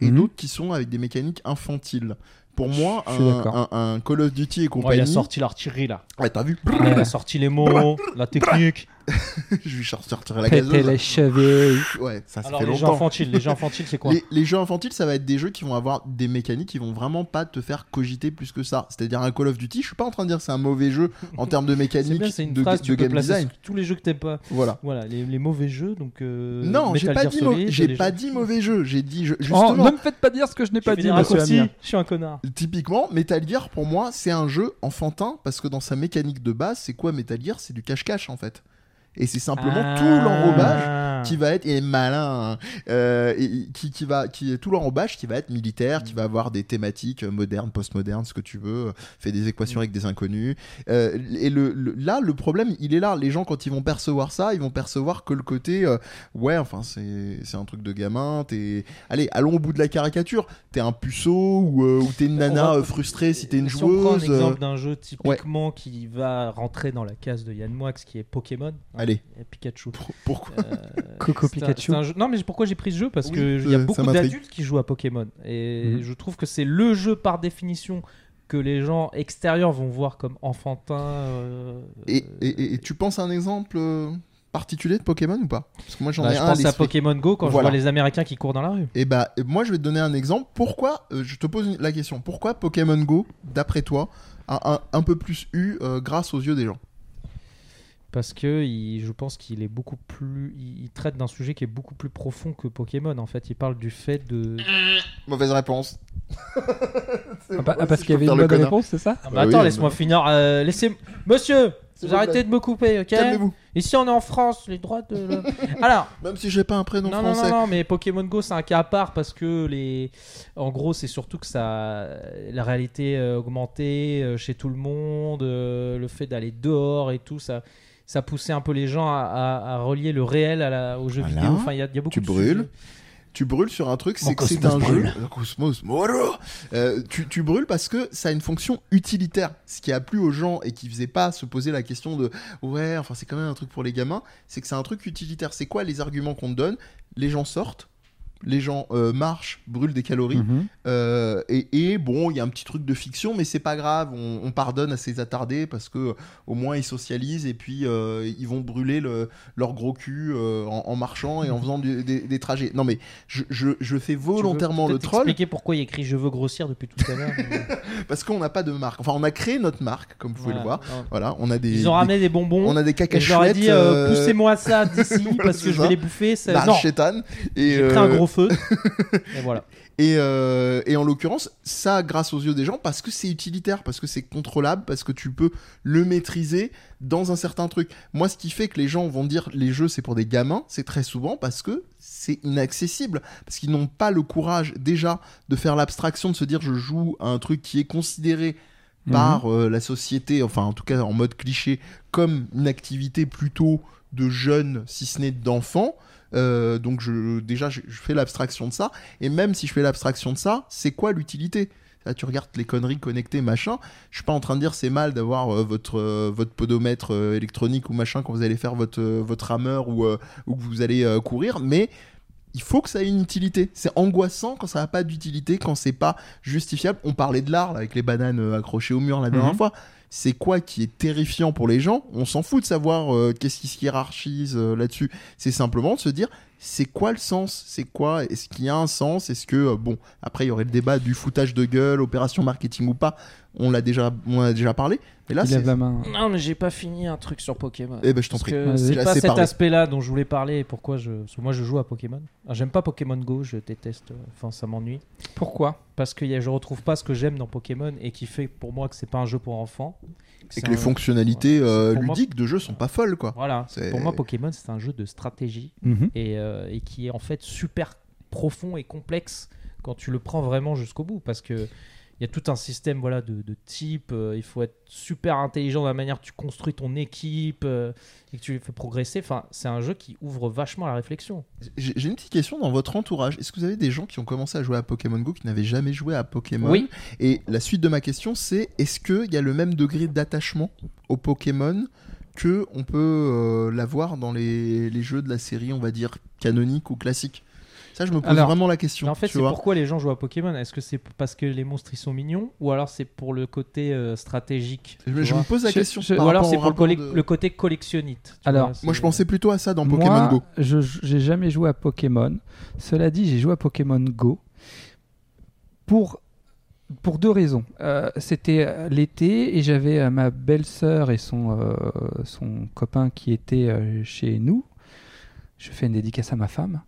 S1: et
S3: Mhm.
S1: d'autres qui sont avec des mécaniques infantiles. Pour moi,
S3: Je suis
S1: un,
S3: d'accord.
S1: un- un Call of Duty et
S2: Oh, il
S1: compagnie.
S2: a sorti l'artillerie là.
S1: Ouais, t'as vu
S2: Il a sorti les
S1: Bah,
S2: mots, la technique.
S1: Je lui sortirai la
S3: Péter
S1: gazeuse.
S3: les Oh, chevilles.
S1: Ouais, ça, bah, ça
S2: Alors
S1: fait
S2: les jeux
S1: longtemps.
S2: infantiles, les jeux infantiles c'est quoi
S1: Les, les jeux infantiles, ça va être des jeux qui vont avoir des mécaniques qui vont vraiment pas te faire cogiter plus que ça. C'est-à-dire un Call of Duty, je suis pas en train de dire que c'est un mauvais jeu en termes de
S2: C'est
S1: mécanique,
S2: bien, c'est une
S1: de,
S2: phrase,
S1: de
S2: tu peux
S1: game
S2: placer
S1: design.
S2: sur tous les jeux que t'aimes pas.
S1: Voilà.
S2: Voilà, les, les mauvais jeux, donc. euh,
S1: Non, j'ai
S2: Metal
S1: pas,
S2: Gear
S1: dit, mau-
S2: Solid,
S1: j'ai
S2: les
S1: pas
S2: jeux-
S1: dit mauvais jeu, j'ai dit je-
S3: Oh,
S1: justement.
S3: ne me faites pas dire ce que je n'ai
S2: J'ai
S3: pas
S2: fait
S3: dit,
S2: des
S3: monsieur
S2: raccourcis,
S3: Amir.
S2: je suis un connard.
S1: Typiquement, Metal Gear pour moi c'est un jeu enfantin parce que dans sa mécanique de base, c'est quoi Metal Gear C'est du cache-cache en fait. Et c'est simplement
S2: Ah.
S1: tout l'enrobage qui va être et malin hein, euh, et- et qui, qui va qui est tout l'enrobage qui va être militaire qui va avoir des thématiques euh, modernes postmodernes ce que tu veux euh, fait des
S2: Mm.
S1: équations avec des inconnus Euh, et le, le- là le problème il est là les gens quand ils vont percevoir ça ils vont percevoir que le côté euh, ouais enfin c'est c'est un truc de gamin t'es allez allons au bout de la caricature t'es un puceau ou, euh, ou t'es une
S2: On
S1: nana
S2: va-
S1: euh, frustrée si t'es une
S2: si on prend un
S1: joueuse euh,
S2: exemple d'un jeu typiquement qui va rentrer dans la case de Yann Moix qui est Pokémon. hein,
S1: Allez.
S2: et Pikachu.
S1: pour- pourquoi
S2: Euh, c'est
S3: Coco
S2: un-
S3: Pikachu.
S2: c'est un jeu- Non, mais pourquoi j'ai pris ce jeu Parce
S1: Oui,
S2: que il y a
S1: euh, ça
S2: beaucoup
S1: m'intrigue.
S2: d'adultes qui jouent à Pokémon. Et
S3: Mhm.
S2: je trouve que c'est le jeu par définition que les gens extérieurs vont voir comme enfantin. euh,
S1: et, et- et- et tu penses à un exemple euh, particulier de Pokémon ou pas parce que moi j'en
S2: bah,
S1: ai
S2: je
S1: un
S2: pense à
S1: l'esprit.
S2: Pokémon Go quand
S1: Voilà.
S2: je vois les Américains qui courent dans la rue.
S1: Et bah, moi, je vais te donner un exemple. Pourquoi, euh, je te pose une- la question, pourquoi Pokémon Go, d'après toi, a un, un peu plus eu euh, grâce aux yeux des gens
S2: Parce que il- je pense qu'il est beaucoup plus. Il, il traite d'un sujet qui est beaucoup plus profond que Pokémon. En fait, il parle du fait de. Ah,
S1: Mauvaise réponse. C'est
S3: Ah, bah-
S1: moi,
S3: ah, parce
S1: si je
S3: qu'il y
S1: peux
S3: avait
S1: faire
S3: une
S1: le
S3: bonne
S1: connard.
S3: réponse, c'est ça
S2: Non, mais
S1: Bah oui,
S2: attends,
S1: mais-
S2: laissez-moi finir. euh, laissez. Monsieur
S1: C'est
S2: Vous
S1: votre
S2: arrêtez
S1: blague.
S2: de me couper, ok
S1: Calmez-vous,
S2: Ici, on est en France, les droits de. l'homme. Alors,
S1: même si j'ai pas un prénom
S2: non, non,
S1: français.
S2: non, non, mais Pokémon Go, c'est un cas à part parce que les. En gros, c'est surtout que ça. La réalité euh, augmentée euh, chez tout le monde, euh, le fait d'aller dehors et tout, ça. Ça poussait un peu les gens à, à- à relier le réel à la, aux jeux
S1: Voilà.
S2: vidéo. Enfin, il y a, il y a beaucoup
S1: Tu
S2: de
S1: brûles.
S2: sujets.
S1: Tu brûles sur un truc,
S2: Mon
S1: c'est que c'est
S2: cosmos
S1: un
S2: brûle.
S1: jeu. Le Cosmos, moro Euh, tu, tu brûles parce que ça a une fonction utilitaire. Ce qui a plu aux gens et qui faisait pas se poser la question de ouais, enfin c'est quand même un truc pour les gamins, c'est que c'est un truc utilitaire. C'est quoi les arguments qu'on te donne Les gens sortent, les gens euh, marchent, brûlent des calories.
S3: Mhm.
S1: Euh, et, et bon, il y a un petit truc de fiction, mais c'est pas grave, on, on pardonne à ces attardés parce que au moins ils socialisent et puis euh, ils vont brûler le- leur gros cul euh, en, en marchant et en faisant du- des, des trajets. Non mais je, je, je fais
S2: Tu veux
S1: volontairement le
S2: peut-être
S1: troll
S2: expliquer pourquoi il écrit Je veux grossir depuis tout à l'heure.
S1: parce qu'on n'a pas de marque. Enfin, on a créé notre marque, comme vous pouvez
S2: Voilà.
S1: le voir.
S2: Non.
S1: Voilà, on a des.
S2: Ils ont
S1: des-
S2: ramené des bonbons.
S1: on a des
S2: Et je leur ai
S1: cacahuètes.
S2: dit, euh, poussez-moi ça d'ici parce
S1: c'est
S2: que je
S1: ça.
S2: vais les bouffer. Ça...
S1: la
S2: Non,
S1: chétane. bah, Et,
S2: j'ai pris un
S1: euh,
S2: gros feu. et voilà.
S1: Et, euh, et en l'occurrence, ça grâce aux yeux des gens parce que c'est utilitaire, parce que c'est contrôlable, parce que tu peux le maîtriser dans un certain truc. Moi, ce qui fait que les gens vont dire les jeux c'est pour des gamins, c'est très souvent parce que c'est inaccessible, parce qu'ils n'ont pas le courage déjà de faire l'abstraction, de se dire je joue à un truc qui est considéré
S3: Mhm.
S1: par euh, la société, enfin en tout cas en mode cliché, comme une activité plutôt de jeunes, si ce n'est d'enfants. Euh, donc je, déjà, je, je fais l'abstraction de ça. Et même si je fais l'abstraction de ça, c'est quoi l'utilité Là, tu regardes les conneries connectées, machin. Je suis pas en train de dire c'est mal d'avoir euh, votre euh, votre podomètre euh, électronique ou machin quand vous allez faire votre euh, votre rameur ou euh, ou que vous allez euh, courir, mais il faut que ça ait une utilité. C'est angoissant quand ça n'a pas d'utilité, quand c'est pas justifiable. On parlait de l'art là, avec les bananes euh, accrochées au mur la dernière
S3: Mhm.
S1: fois. C'est quoi qui est terrifiant pour les gens On s'en fout de savoir euh, qu'est-ce qui se hiérarchise euh, là-dessus. C'est simplement de se dire c'est quoi le sens C'est quoi Est-ce qu'il y a un sens Est-ce que, euh, bon, après, il y aurait le débat du foutage de gueule, opération marketing ou pas. On l'a déjà, on en a déjà parlé. Mais là,
S3: Il
S1: c'est.
S3: lève la main.
S2: Non, mais j'ai pas fini un truc sur Pokémon.
S1: Eh ben, je t'en
S2: Parce
S1: prie.
S2: que
S3: Vas-y.
S2: c'est
S1: Là,
S2: pas
S1: c'est
S2: cet
S1: parlé.
S2: aspect-là dont je voulais parler et pourquoi je. Parce que moi, je joue à Pokémon. Ah, J'aime pas Pokémon Go, je déteste. euh, Enfin, ça m'ennuie.
S3: Pourquoi
S2: Parce que y a- je retrouve pas ce que j'aime dans Pokémon et qui fait pour moi que c'est pas un jeu pour enfants.
S1: Et
S2: c'est
S1: que les
S2: un-
S1: fonctionnalités
S2: Voilà.
S1: euh,
S2: Pour moi-
S1: ludiques de jeu sont pas folles, quoi.
S2: Voilà.
S1: C'est-
S2: Pour moi, Pokémon, c'est un jeu de stratégie
S3: Mhm.
S2: et, euh, et qui est en fait super profond et complexe quand tu le prends vraiment jusqu'au bout parce que il y a tout un système voilà de, de type euh, il faut être super intelligent dans la manière que tu construis ton équipe euh, et que tu les fais progresser enfin c'est un jeu qui ouvre vachement la réflexion
S1: J'ai j'ai une petite question dans votre entourage. Est-ce que vous avez des gens qui ont commencé à jouer à Pokémon Go qui n'avaient jamais joué à Pokémon
S2: Oui.
S1: Et la suite de ma question, c'est est-ce qu'il y a le même degré d'attachement au Pokémon que on peut euh, l'avoir dans les, les jeux de la série, on va dire, canonique ou classique Ça, je me pose
S3: Alors,
S1: vraiment la question.
S2: Mais en fait
S1: tu
S2: c'est
S1: vois.
S2: pourquoi les gens jouent à Pokémon est-ce que c'est parce que les monstres ils sont mignons ou alors c'est pour le côté euh, stratégique
S1: Je,
S2: tu
S1: me- je
S2: vois
S1: me pose la
S3: Je-
S1: question.
S3: je-
S1: par
S2: ou alors
S1: rapport
S2: c'est
S1: au
S2: pour le,
S1: rapport
S2: collec-
S1: de-
S2: le côté collectionniste tu
S3: Alors,
S2: vois,
S1: Moi,
S2: c'est-
S1: je pensais plutôt à ça dans Pokémon
S3: Moi,
S1: Go.
S3: je j'ai jamais joué à Pokémon. Cela dit, j'ai joué à Pokémon Go pour pour deux raisons. Euh, C'était euh, l'été et j'avais euh, ma belle-sœur et son euh, son copain qui étaient euh, chez nous. Je fais une dédicace à ma femme.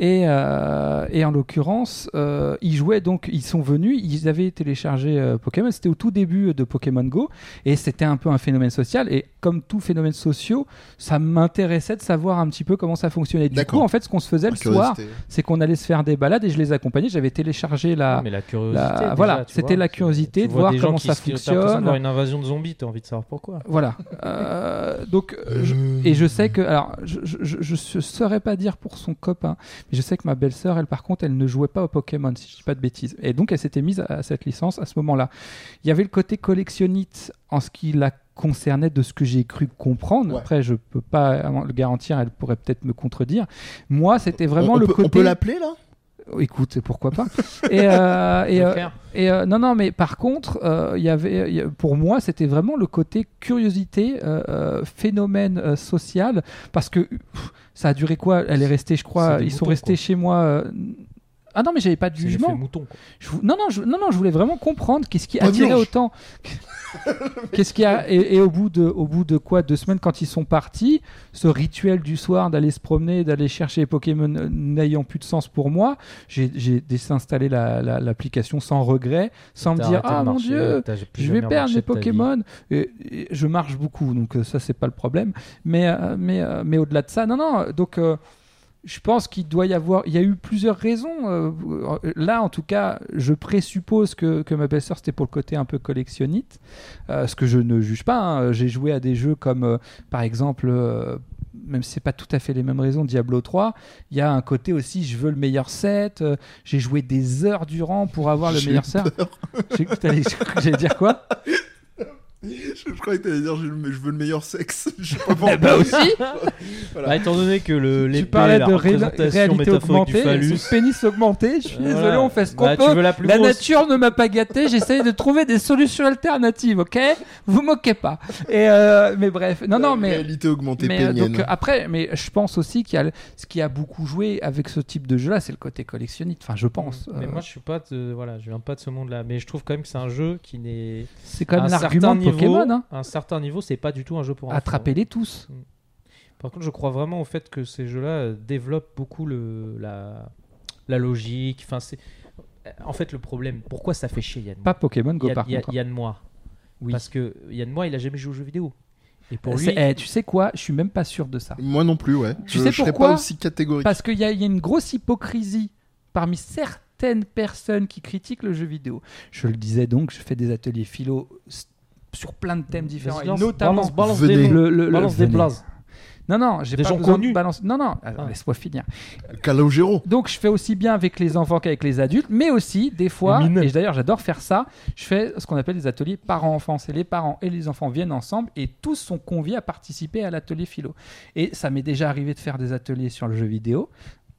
S3: Et, euh, et en l'occurrence, euh, ils jouaient donc, ils sont venus, ils avaient téléchargé euh, Pokémon. C'était au tout début euh, de Pokémon Go et c'était un peu un phénomène social. Et comme tout phénomène social, ça m'intéressait de savoir un petit peu comment ça fonctionnait. Du
S1: D'accord.
S3: coup, en fait, ce qu'on se faisait le
S1: Par curiosité.
S3: soir, c'est qu'on allait se faire des balades et je les accompagnais. J'avais téléchargé la.
S2: Non, mais Ah, la curiosité. déjà,
S3: voilà,
S2: tu
S3: c'était
S2: vois,
S3: la
S2: tu-
S3: curiosité
S2: tu
S3: de
S2: vois
S3: voir
S2: des gens
S3: comment
S2: qui
S3: ça
S2: se- t'as l'impression de
S3: fonctionne.
S2: voir une invasion de zombies, t'as envie de savoir pourquoi.
S3: Voilà. Euh, donc,
S1: Euh,
S3: je- et je sais que, alors, je je- je- je ne saurais pas dire pour son copain, mais je sais que ma belle-sœur, elle, par contre, elle ne jouait pas au Pokémon, si je dis pas de bêtises. Et donc, elle s'était mise à, à cette licence à ce moment-là. Il y avait le côté collectionniste en ce qui la concernait de ce que j'ai cru comprendre.
S1: Ouais.
S3: Après, je peux pas le garantir, elle pourrait peut-être me contredire. Moi, c'était vraiment
S1: on, on
S3: le
S1: peut, on
S3: côté.
S1: peut l'appeler là
S3: Oh, Écoute, et pourquoi pas. et euh, et, euh,
S2: Frère,
S3: et euh, non, non, mais par contre, euh, il y avait, il y a- pour moi, c'était vraiment le côté curiosité, euh, euh, phénomène euh, social, parce que pff, ça a duré quoi Elle est restée, je
S2: C'est
S3: crois,
S2: des
S3: ils sont
S2: moutons,
S3: restés
S2: quoi.
S3: chez moi. euh, Ah non, mais j'avais pas de
S2: c'est l'effet
S3: jugement.
S2: mouton. quoi.
S3: Je vou- non, non, je, non, non, je voulais vraiment comprendre qu'est-ce qui
S1: Pas
S3: attirait
S1: blanche.
S3: autant. qu'est-ce qui a et, et au bout de, au bout de quoi deux semaines quand ils sont partis, ce rituel du soir d'aller se promener, d'aller chercher les Pokémon euh, n'ayant plus de sens pour moi, j'ai- j'ai désinstallé la- la- l'application sans regret, sans me
S2: T'as
S3: dire
S2: arrêté de
S3: ah mon
S2: marcher,
S3: dieu,
S2: t'as plus
S3: je vais
S2: jamais
S3: perdre
S2: marché
S3: mes
S2: de ta vie.
S3: Pokémon. Et- et je marche beaucoup, donc euh, ça, c'est pas le problème. Mais, euh, mais, euh, mais au-delà de ça, non, non. Donc, euh, je pense qu'il doit y avoir. Il y a eu plusieurs raisons. euh, euh, là, en tout cas, je présuppose que, que ma belle-sœur, c'était pour le côté un peu collectionniste. euh, ce que je ne juge pas. hein. J'ai joué à des jeux comme, euh, par exemple. euh, même si c'est pas tout à fait les mêmes raisons, Diablo 3, il y a un côté aussi, je veux le meilleur set, euh, j'ai joué des heures durant pour avoir le
S1: J'ai
S3: meilleur set. J'ai- t'allais- J'allais dire quoi
S1: je, je croyais que t'allais dire je, je veux le meilleur sexe. Je sais pas pourquoi.
S3: ben
S1: Voilà.
S4: Bah, étant donné que le
S3: Tu
S4: l'épée,
S3: parlais
S4: la
S3: de ré-
S4: représentation
S3: réalité
S4: métaphorique du
S3: augmentée,
S4: phallus.
S3: son pénis augmenté. Je suis
S4: euh,
S3: désolé,
S4: voilà.
S3: on fait ce qu'on
S4: Bah, Tu
S3: peut.
S4: veux la plus
S3: La
S4: grosse
S3: nature ne m'a pas gâté, j'essaye de trouver des solutions alternatives, ok Vous moquez pas. Et euh, mais bref, non, non, mais
S1: Réalité augmentée
S3: mais, euh,
S1: pénienne.
S3: donc euh, après, mais je pense aussi qu'il y a le- ce qui a beaucoup joué avec ce type de jeu-là, c'est le côté collectionniste. Enfin, je pense.
S2: Mais
S3: Euh,
S2: moi, je suis pas de, voilà, je viens pas de ce monde-là, mais je trouve quand même que c'est un jeu qui n'est
S3: Euh, c'est quand
S2: à un
S3: même
S2: certain
S3: l'argument de
S2: niveau,
S3: Pokémon. Hein.
S2: à un certain niveau, c'est pas du tout un jeu pour enfants.
S3: Attrapez-les tous.
S2: Par contre, je crois vraiment au fait que ces jeux-là euh, développent beaucoup le la, la logique. Enfin, c'est en fait le problème. Pourquoi ça fait chier Yann
S3: Pas Pokémon Go
S2: Yann-
S3: par
S2: Yann-
S3: contre. hein.
S2: Yann Moir.
S3: Oui.
S2: Parce que Yann Moir, il a jamais joué aux jeux vidéo. Euh, Et pour
S3: C'est-
S2: lui,
S3: eh, tu sais quoi Je suis même pas sûr de ça.
S1: Moi non plus, ouais.
S3: Tu
S1: je
S3: sais
S1: je serais
S3: pourquoi
S1: pas aussi catégorique.
S3: Parce qu'il y, a il y a une grosse hypocrisie parmi certaines personnes qui critiquent le jeu vidéo. Je le disais donc, je fais des ateliers philo s- sur plein de thèmes différents,
S2: Vas-y,
S3: et
S2: lance-
S3: notamment
S2: balance, balance
S1: Venez.
S2: des noms.
S3: le, le- le-
S2: balance des
S3: venez.
S2: blazes.
S3: Non, non, j'ai
S2: Des
S3: pas
S2: gens
S3: besoin de
S2: connus.
S3: balance- Non, non, alors,
S2: Ah.
S3: laisse-moi finir.
S1: Calogero.
S3: Donc je fais aussi bien avec les enfants qu'avec les adultes, mais aussi des fois,
S4: Les mineurs.
S3: et d'ailleurs j'adore faire ça, je fais ce qu'on appelle des ateliers parents-enfants. C'est les parents et les enfants viennent ensemble et tous sont conviés à participer à l'atelier philo. Et ça m'est déjà arrivé de faire des ateliers sur le jeu vidéo.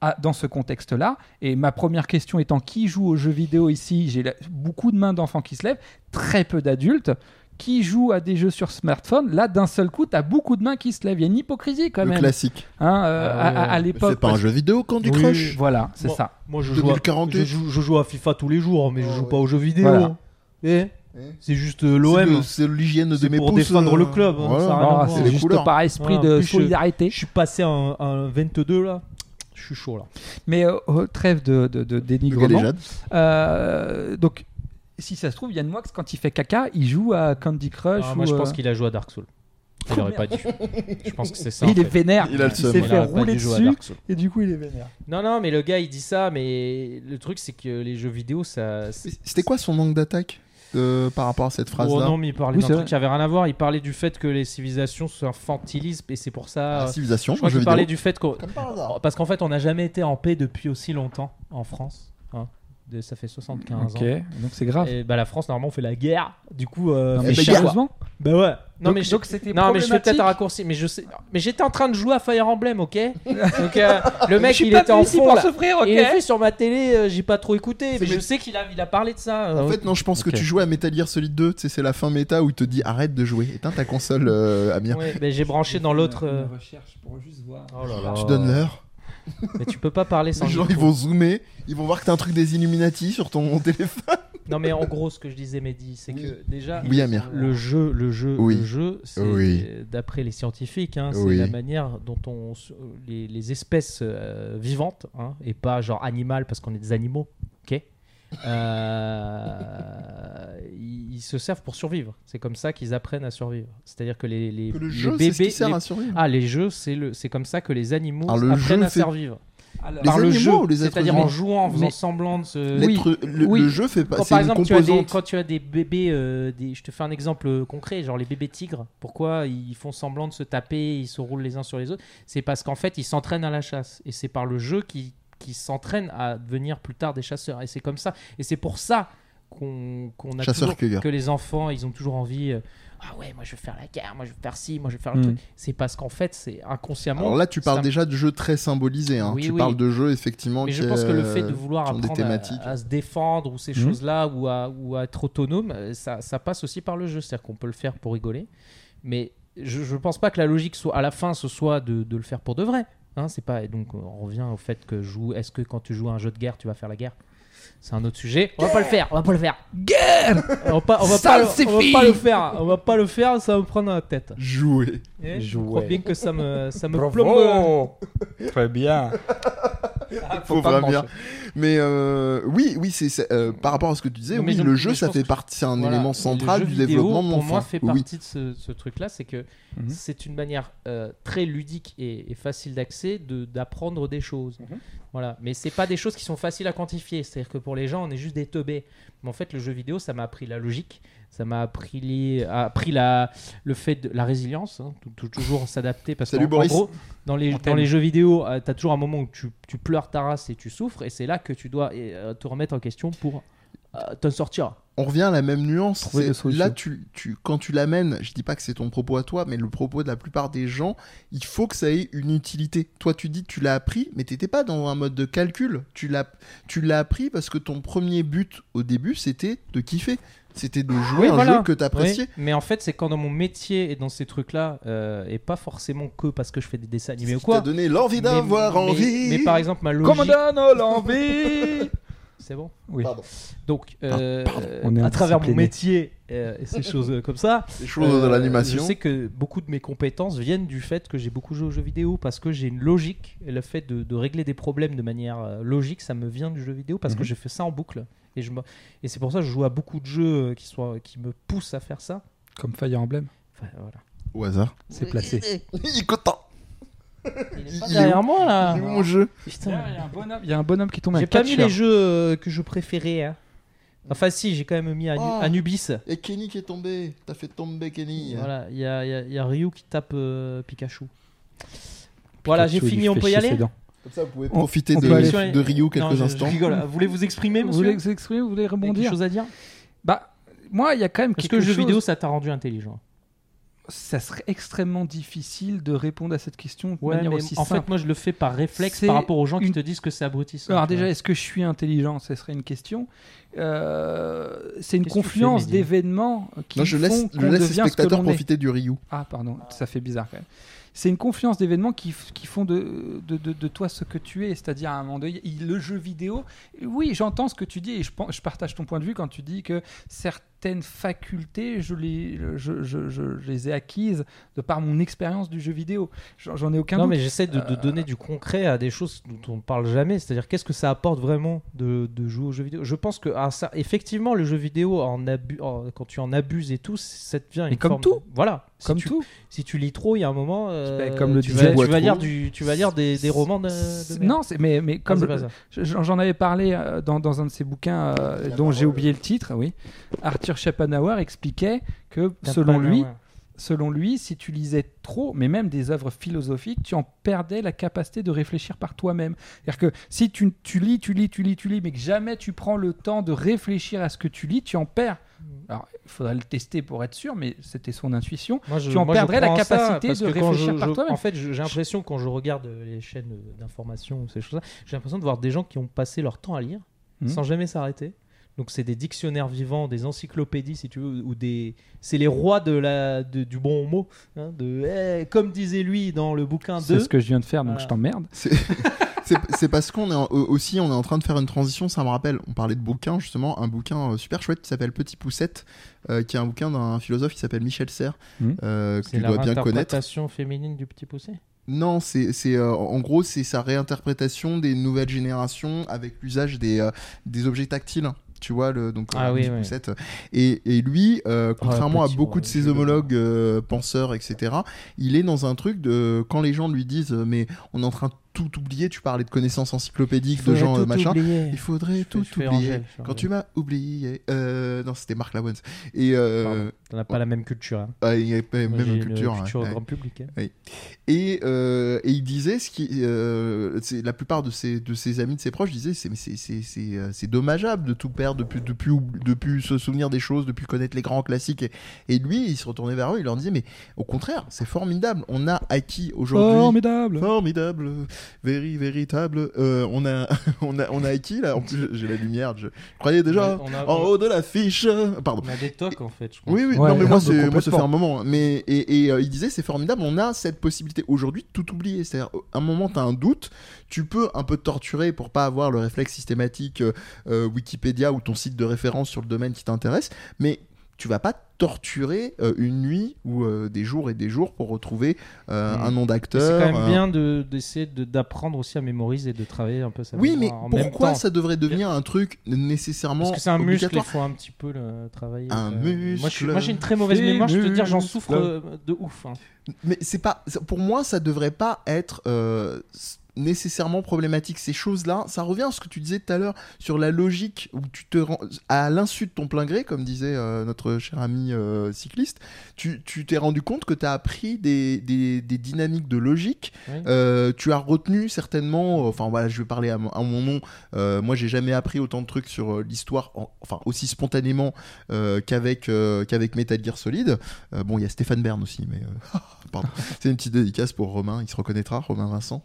S3: à- dans ce contexte-là, et ma première question étant qui joue aux jeux vidéo ici J'ai la- beaucoup de mains d'enfants qui se lèvent, très peu d'adultes. qui jouent à des jeux sur smartphone, là, d'un seul coup, t'as beaucoup de mains qui se lèvent. Il y a une hypocrisie quand
S1: le
S3: même.
S1: classique.
S3: Hein, euh,
S2: Ah
S3: à-
S2: ouais.
S3: à, à
S1: Mais C'est
S3: l'époque.
S1: pas un jeu vidéo quand du
S2: Oui.
S1: crush.
S3: Voilà, c'est
S2: Bon.
S3: ça.
S2: Moi, je joue, à,
S1: 2048.
S2: je, joue, je joue à FIFA tous les jours, mais je
S1: Ah
S2: joue
S1: ouais.
S2: pas aux jeux vidéo.
S3: Voilà.
S2: Eh,
S1: Eh.
S2: c'est juste euh,
S1: C'est le-
S2: l'OM.
S1: C'est l'hygiène de
S2: C'est
S1: mes
S2: pour
S1: pouces,
S2: défendre
S1: euh,
S2: le club, hein,
S1: voilà.
S2: ça a
S3: Ah,
S2: rien à voir.
S1: c'est
S3: c'est
S1: les
S3: juste
S1: couleurs.
S3: par esprit
S2: Ah,
S3: de
S2: plus je-
S3: solidarité.
S2: Je suis passé à un, à un 22 là. Je suis chaud là.
S3: Mais euh, oh, trêve de, de, de
S1: Le gars des
S3: dénigrement.
S1: jades.
S3: Euh, donc, si ça se trouve, Yann Moix, quand il fait caca, il joue à Candy Crush.
S2: Ah,
S3: ou,
S2: moi, je pense
S3: euh,
S2: qu'il a joué à Dark Souls. Il aurait pas dû. Je pense que c'est ça. en
S3: il est
S2: fait.
S3: vénère.
S1: Il a le
S3: Il
S1: seum.
S3: s'est
S1: Il
S3: fait
S2: aurait pas
S3: rouler
S2: dû jouer à
S3: dessus
S2: Dark Souls.
S3: et du coup il est vénère.
S2: Non, non, mais le gars, il dit ça, mais le truc, c'est que les jeux vidéo, ça.
S1: Mais C'était quoi son manque d'attaque euh, par rapport à cette phrase-là
S2: Oh non, mais il parlait
S3: Oui,
S2: d'un
S3: c'est
S2: truc
S3: vrai.
S2: qui avait rien à voir. Il parlait du fait que les civilisations s'infantilisent et c'est pour ça.
S1: Ah,
S2: euh,
S1: Civilisation,
S2: je crois
S1: jeu
S2: qu'il
S1: vidéo.
S2: parlait du fait qu'on.
S1: Comme par hasard.
S2: Parce qu'en fait, on n'a jamais été en paix depuis aussi longtemps en France. hein. De- ça fait 75
S3: Ok,
S2: ans.
S3: donc c'est grave.
S2: Et bah, la France, normalement, on fait la guerre. Du coup. euh,
S3: Non,
S1: Eh
S3: mais
S1: ben,
S3: sérieusement,
S2: Bah ouais. Non,
S3: Donc-
S2: mais je-
S3: donc c'était
S2: Non, mais je fais
S3: problématique.
S2: peut-être un raccourci, mais je sais. Mais j'étais en train de jouer à Fire Emblem, ok Donc euh, le
S3: je
S2: mec,
S3: suis
S2: il
S3: pas
S2: était
S3: venu
S2: en
S3: ici
S2: fond
S3: pour
S2: là.
S3: souffrir, ok.
S2: Et il a fait sur ma télé, euh, j'ai pas trop écouté,
S1: C'est
S2: mais je
S1: mes-
S2: sais qu'il a, il a parlé de
S3: Ah,
S2: ça.
S1: En
S2: euh,
S1: fait, non, je pense
S2: Ok.
S1: que tu jouais à Metal Gear Solid 2, tu sais, c'est la fin méta où il te dit arrête de jouer, éteins ta console, euh, Amir.
S2: ouais, mais j'ai branché dans l'autre. euh,
S3: recherche pour juste voir.
S2: Oh là là.
S1: Tu donnes l'heure.
S2: Mais tu peux pas parler sans.
S1: Les gens, ils
S2: micro.
S1: vont zoomer, ils vont voir que t'as un truc des Illuminati sur ton téléphone.
S2: Non mais en gros, ce que je disais, Mehdi, c'est que déjà
S1: Oui, Amir.
S2: le jeu, le jeu,
S1: Oui.
S2: le jeu, c'est
S1: Oui.
S2: euh, d'après les scientifiques, hein, c'est
S1: Oui.
S2: la manière dont on s- euh, les, les espèces euh, vivantes hein, et pas genre animales parce qu'on est des animaux, ok Euh, ils, ils se servent pour survivre. C'est comme ça qu'ils apprennent à survivre. C'est-à-dire que les, les,
S1: Que le
S2: les
S1: jeu, c'est
S2: bébés,
S1: ce qui sert
S2: les-
S1: à survivre.
S2: ah les jeux, c'est le, c'est comme ça que les animaux
S1: Ah, le
S2: apprennent
S1: jeu
S2: à
S1: fait-
S2: survivre.
S3: Alors,
S1: Les
S2: Par le
S1: animaux
S2: jeu,
S1: ou les êtres
S2: c'est-à-dire
S1: humains
S2: en jouant, en faisant
S3: Mais-
S2: semblant de se
S1: L'être- le,
S3: oui.
S1: le jeu fait pas.
S2: quand,
S1: Bah, C'est
S2: par
S1: une
S2: exemple, tu as des-
S1: composante.
S2: quand tu as des bébés, euh, des- je te fais un exemple euh, concret, genre les bébés tigres, pourquoi ils font semblant de se taper, ils se roulent les uns sur les autres C'est parce qu'en fait, ils s'entraînent à la chasse. Et c'est par le jeu qu'ils qu'ils s'entraînent à devenir plus tard des chasseurs. Et c'est comme ça. Et c'est pour ça qu'on qu'on a toujours-
S1: Chasseur-cueilleur.
S2: que les enfants, ils ont toujours envie. euh, ah ouais, moi je vais faire la guerre, moi je vais faire ci, moi je vais faire le
S3: Mm.
S2: truc. C'est parce qu'en fait, c'est inconsciemment.
S1: Alors là, tu parles
S2: ça-
S1: déjà de jeux très symbolisés. hein.
S2: Oui,
S1: tu
S2: oui.
S1: parles de jeux, effectivement.
S2: Mais je
S1: qui,
S2: pense que le
S1: euh,
S2: fait de vouloir
S1: qui ont des
S2: apprendre à-
S1: thématiques.
S2: à, se défendre ou ces
S3: Mhm.
S2: choses-là ou à, ou à être autonome, euh, ça, ça passe aussi par le jeu. C'est-à-dire qu'on peut le faire pour rigoler. Mais je ne pense pas que la logique soit à la fin, ce soit de, de le faire pour de vrai. Hein, c'est pas, et donc on revient au fait que joue, est-ce que quand tu joues à un jeu de guerre, tu vas faire la guerre c'est un autre sujet. On va pas le faire. On va pas le faire. Guerre. On va pas. On va pas.
S3: Sale
S2: le- on va
S3: Séphine
S2: pas le faire. On va pas le faire. Ça va me prendre dans la tête.
S1: Jouer.
S2: Eh, Je
S3: Jouer.
S2: crois bien que ça me ça me plombe.
S3: Très bien.
S2: Ah,
S1: Faut vraiment bien. Mais euh, oui, oui, c'est c'est, euh, par rapport à ce que tu disais.
S2: Non, mais
S1: oui,
S2: je-
S1: le
S2: mais
S1: jeu,
S2: je
S1: ça
S2: pense
S1: fait
S2: que-
S1: partie, c'est un
S2: Voilà,
S1: élément
S2: le
S1: central
S2: jeu
S1: du
S2: vidéo,
S1: développement de mon
S2: Pour moi,
S1: enfant.
S2: fait
S1: Oui.
S2: partie de ce, ce truc-là, c'est que
S3: Mhm.
S2: c'est une manière euh, très ludique et, et facile d'accès de- d'apprendre des choses.
S3: Mhm.
S2: Voilà, mais c'est pas des choses qui sont faciles à quantifier. C'est-à-dire que pour les gens, on est juste des teubés. Mais en fait, le jeu vidéo, ça m'a appris la logique. Ça m'a appris, les- a appris la, le fait de la résilience, hein, tou- tou- toujours s'adapter parce
S1: Salut,
S2: qu'en en
S1: Boris.
S2: gros, dans les,
S3: On
S2: dans
S3: t'aime.
S2: les jeux vidéo, euh, t'as toujours un moment où tu, tu pleures ta race et tu souffres, et c'est là que tu dois euh, te remettre en question pour euh, t'en sortir.
S1: on revient à la même nuance.
S3: Trouver
S1: c'est-
S3: des solutions.
S1: Là, tu, tu, quand tu l'amènes, je dis pas que c'est ton propos à toi, mais le propos de la plupart des gens, il faut que ça ait une utilité. Toi, tu dis que tu l'as appris, mais t'étais pas dans un mode de calcul. Tu l'as, tu l'as appris parce que ton premier but au début, c'était de kiffer. C'était de jouer
S2: Ah Oui,
S1: un
S2: voilà.
S1: jeu que t'appréciais.
S2: Oui, mais en fait, c'est quand dans mon métier et dans ces trucs-là, euh, et pas forcément que parce que je fais des dessins
S1: Ce
S2: animés ou
S1: qui t'a
S2: quoi.
S1: donné l'envie d'avoir
S2: mais-
S1: envie.
S2: Mais par exemple, ma logique.
S3: Commandant Nolambi
S2: C'est bon.
S3: Oui.
S1: Pardon.
S2: Donc, euh,
S3: on est
S2: à travers mon
S3: indiscipliné.
S2: métier euh, et ces choses euh, comme ça,
S1: les choses de
S2: euh,
S1: l'animation.
S2: Je sais que beaucoup de mes compétences viennent du fait que j'ai beaucoup joué aux jeux vidéo parce que j'ai une logique. Et le fait de, de régler des problèmes de manière euh, logique, ça me vient du jeu vidéo parce que
S3: Mhm.
S2: j'ai fait ça en boucle. Et, je me- et c'est pour ça que je joue à beaucoup de jeux euh, qui, soient, qui me poussent à faire ça.
S3: Comme Fire Emblem,
S2: Enfin, voilà.
S1: Au hasard.
S3: c'est placé.
S1: Il est content.
S2: Il est pas
S1: Il est
S2: derrière moi
S1: Il est où
S2: là.
S1: mon jeu
S2: Putain.
S3: y a un bonhomme, qui tombe
S2: J'ai pas mis les jeux euh, que je préférais. hein. Enfin si, j'ai quand même mis Anu-
S1: Oh.
S2: Anubis.
S1: Et Kenny qui est tombé. T'as fait tomber Kenny.
S2: Voilà, il y a, il y a- il y a Ryu qui tape euh, Pikachu. Voilà, j'ai fini, on peut y aller
S1: Comme ça, vous pouvez
S3: On-
S1: profiter
S3: on
S1: de,
S3: peut aller-
S1: de Ryu quelques
S2: Non, je-
S1: instants.
S2: Je rigole. Vous voulez vous exprimer,
S3: Vous
S2: monsieur
S3: voulez s'exprimer, vous voulez
S2: Vous avez quelque
S3: rebondir
S2: chose à dire
S3: Bah, moi, il y a quand même
S2: Est-ce
S3: quelque
S2: que le jeu
S3: chose.
S2: vidéo, ça t'a rendu intelligent
S3: ça serait extrêmement difficile de répondre à cette question de
S2: mais
S3: manière
S2: en
S3: aussi
S2: fait,
S3: simple.
S2: moi, je le fais par réflexe
S3: C'est
S2: par rapport aux gens qui
S3: une-
S2: te disent que c'est abrutissant.
S3: Alors
S2: tu
S3: déjà,
S2: vois.
S3: est-ce que je suis intelligent Ce serait une question. euh, c'est
S2: Qu'est-ce que
S3: une
S2: tu fais,
S3: confluence
S2: Mehdi
S3: d'événements qui
S1: Non, je laisse,
S3: font
S1: je
S3: qu'on
S1: laisse les
S3: devient ce que
S1: spectateurs
S3: l'on est.
S1: profiter du Ryu.
S3: Ah, pardon, ça fait bizarre quand même. C'est une confluence d'événements qui, f- qui font de, de, de- de toi ce que tu es, c'est-à-dire à un moment donné, il- le jeu vidéo. Oui, j'entends ce que tu dis et je, pen- je partage ton point de vue quand tu dis que certaines facultés, je les, je, je- je- je les ai acquises de par mon expérience du jeu vidéo. J'en j'en ai aucun
S2: Non,
S3: doute.
S2: mais j'essaie de, de
S3: Euh,
S2: donner du concret à des choses dont on ne parle jamais. C'est-à-dire, qu'est-ce que ça apporte vraiment de, de jouer aux jeux vidéo Je pense que, ah, ça, effectivement, le jeu vidéo, en abu- en- quand tu en abuses et tout, ça devient une
S3: Mais comme
S2: forme
S3: tout.
S2: de- Voilà. Si
S3: Comme
S2: tu-
S3: tout. Ben,
S2: Si tu lis trop, il y a un moment, euh,
S3: comme le
S2: tu,
S3: disait
S2: vas, tu, vas
S1: Boitreau.
S2: lire du, tu vas lire des, des romans de, de merde.
S3: Non, c'est- mais, mais
S2: Ah,
S3: comme
S2: c'est pas ça.
S3: Je- J'en j'en avais parlé euh, dans, dans un de ses bouquins euh, dont j'ai oublié le titre, oui. Arthur Schopenhauer expliquait que selon lui, selon lui, si tu lisais trop, mais même des œuvres philosophiques, tu en perdais la capacité de réfléchir par toi-même. C'est-à-dire que si tu, tu lis, tu lis, tu lis, tu lis, mais que jamais tu prends le temps de réfléchir à ce que tu lis, tu en perds. Alors, il faudrait le tester pour être sûr, mais c'était son intuition.
S2: Moi, je-
S3: Tu en
S2: moi, je
S3: perdrais la
S2: prends ça
S3: capacité
S2: parce
S3: de
S2: que quand
S3: réfléchir
S2: je-
S3: par
S2: je-
S3: toi-même.
S2: En fait, je- j'ai l'impression quand je regarde euh, les chaînes euh, d'information ou ces choses-là, j'ai l'impression de voir des gens qui ont passé leur temps à lire
S3: Mhm.
S2: sans jamais s'arrêter. Donc c'est des dictionnaires vivants, des encyclopédies si tu veux, ou des c'est les rois de la de- du bon mot. hein, de Eh, comme disait lui dans le bouquin
S3: C'est
S2: 2.
S3: ce que je viens de faire, donc
S2: Voilà.
S3: je t'emmerde.
S1: C'est- C'est c'est parce qu'on est en- euh, aussi on est en train de faire une transition, ça me rappelle. On parlait de bouquins justement, un bouquin euh, super chouette qui s'appelle Petit Poussette, euh, qui est un bouquin d'un philosophe qui s'appelle Michel Serres,
S3: Mhm.
S1: euh, que
S2: C'est
S1: tu
S2: la
S1: dois bien connaître.
S2: interprétation féminine du petit poussé.
S1: Non, c'est c'est, euh, en gros c'est sa réinterprétation des nouvelles générations avec l'usage des euh, des objets tactiles. Tu vois le donc euh,
S2: Ah oui,
S1: petit
S2: oui.
S1: poucette. Et, et lui, euh, contrairement
S2: petit,
S1: à beaucoup
S2: ouais,
S1: de ses
S2: je le-
S1: homologues euh, penseurs, etc., il est dans un truc de quand les gens lui disent euh, mais on est en train de tout oublier. Tu parlais de connaissances encyclopédiques, de gens euh, machin. Il faudrait tout oublier. Quand tu m'as oublié, euh, non c'était Marc Lawrence. Et euh,
S2: n'as pas la même culture. hein.
S1: ah, il y avait
S2: Moi,
S1: même
S2: j'ai
S1: une culture. hein,
S2: culture
S1: ouais.
S2: grand public. hein.
S1: Et, euh, et il disait ce qui, euh, c'est- la plupart de ses, de ses amis, de ses proches disaient c'est mais c'est- c'est- c'est, euh, c'est dommageable de tout perdre, de plus, de, plus, oub- de plus se souvenir des choses, de plus connaître les grands classiques. Et, et lui, il se retournait vers eux, il leur disait mais au contraire, c'est formidable. On a acquis
S3: Oh,
S1: aujourd'hui.
S3: Formidable
S1: Formidable, very, véritable. Euh, on, a, on, a, on a acquis là, en plus j'ai la lumière, je, je croyais déjà
S2: On a-
S1: en
S2: on a-
S1: haut de l'affiche. Pardon.
S2: On a des tocs en fait, je crois.
S1: Oui, oui,
S3: Ouais,
S1: non, mais
S3: non,
S1: moi,
S3: mais
S1: c'est- moi, ça
S3: complètement.
S1: fait un moment. Mais, et et, euh, il disait, c'est formidable, on a cette possibilité aujourd'hui de tout oublier. C'est-à-dire, euh, un moment, tu as un doute, tu peux un peu te torturer pour pas avoir le réflexe systématique euh, euh, Wikipédia ou ton site de référence sur le domaine qui t'intéresse, mais tu vas pas torturer euh, une nuit ou euh, des jours et des jours pour retrouver euh,
S2: Mm.
S1: un nom
S2: Mais
S1: d'acteur. euh.
S2: C'est quand même
S1: un-
S2: bien de- d'essayer de- d'apprendre aussi à mémoriser et de travailler un peu ça.
S1: Oui, mais
S2: en même
S1: pourquoi
S2: temps.
S1: ça devrait devenir un truc nécessairement
S2: Parce que c'est un muscle, il
S1: obligatoire
S2: faut un petit peu le travailler.
S1: Un
S2: Euh, Moi, je suis- moi, j'ai une
S1: muscle.
S2: très mauvaise
S3: C'est
S2: mémoire, je peux te dire, j'en
S3: muscle.
S2: souffre euh, de ouf. hein.
S1: Mais c'est pas, ça- pour moi, ça devrait pas être euh, s- nécessairement problématique. Ces choses-là, ça revient à ce que tu disais tout à l'heure sur la logique où tu te rends à l'insu de ton plein gré, comme disait euh, notre cher ami euh, cycliste. Tu tu t'es rendu compte que tu as appris des, des, des dynamiques de logique.
S2: Oui.
S1: Euh, tu as retenu certainement, euh, enfin voilà, je vais parler à mon, à mon nom. Euh, moi, j'ai jamais appris autant de trucs sur euh, l'histoire, en- enfin aussi spontanément euh, qu'avec euh, qu'avec Metal Gear Solid. Euh, bon, il y a Stéphane Bern aussi, mais euh, pardon. C'est une petite dédicace pour Romain, il se reconnaîtra, Romain Vincent.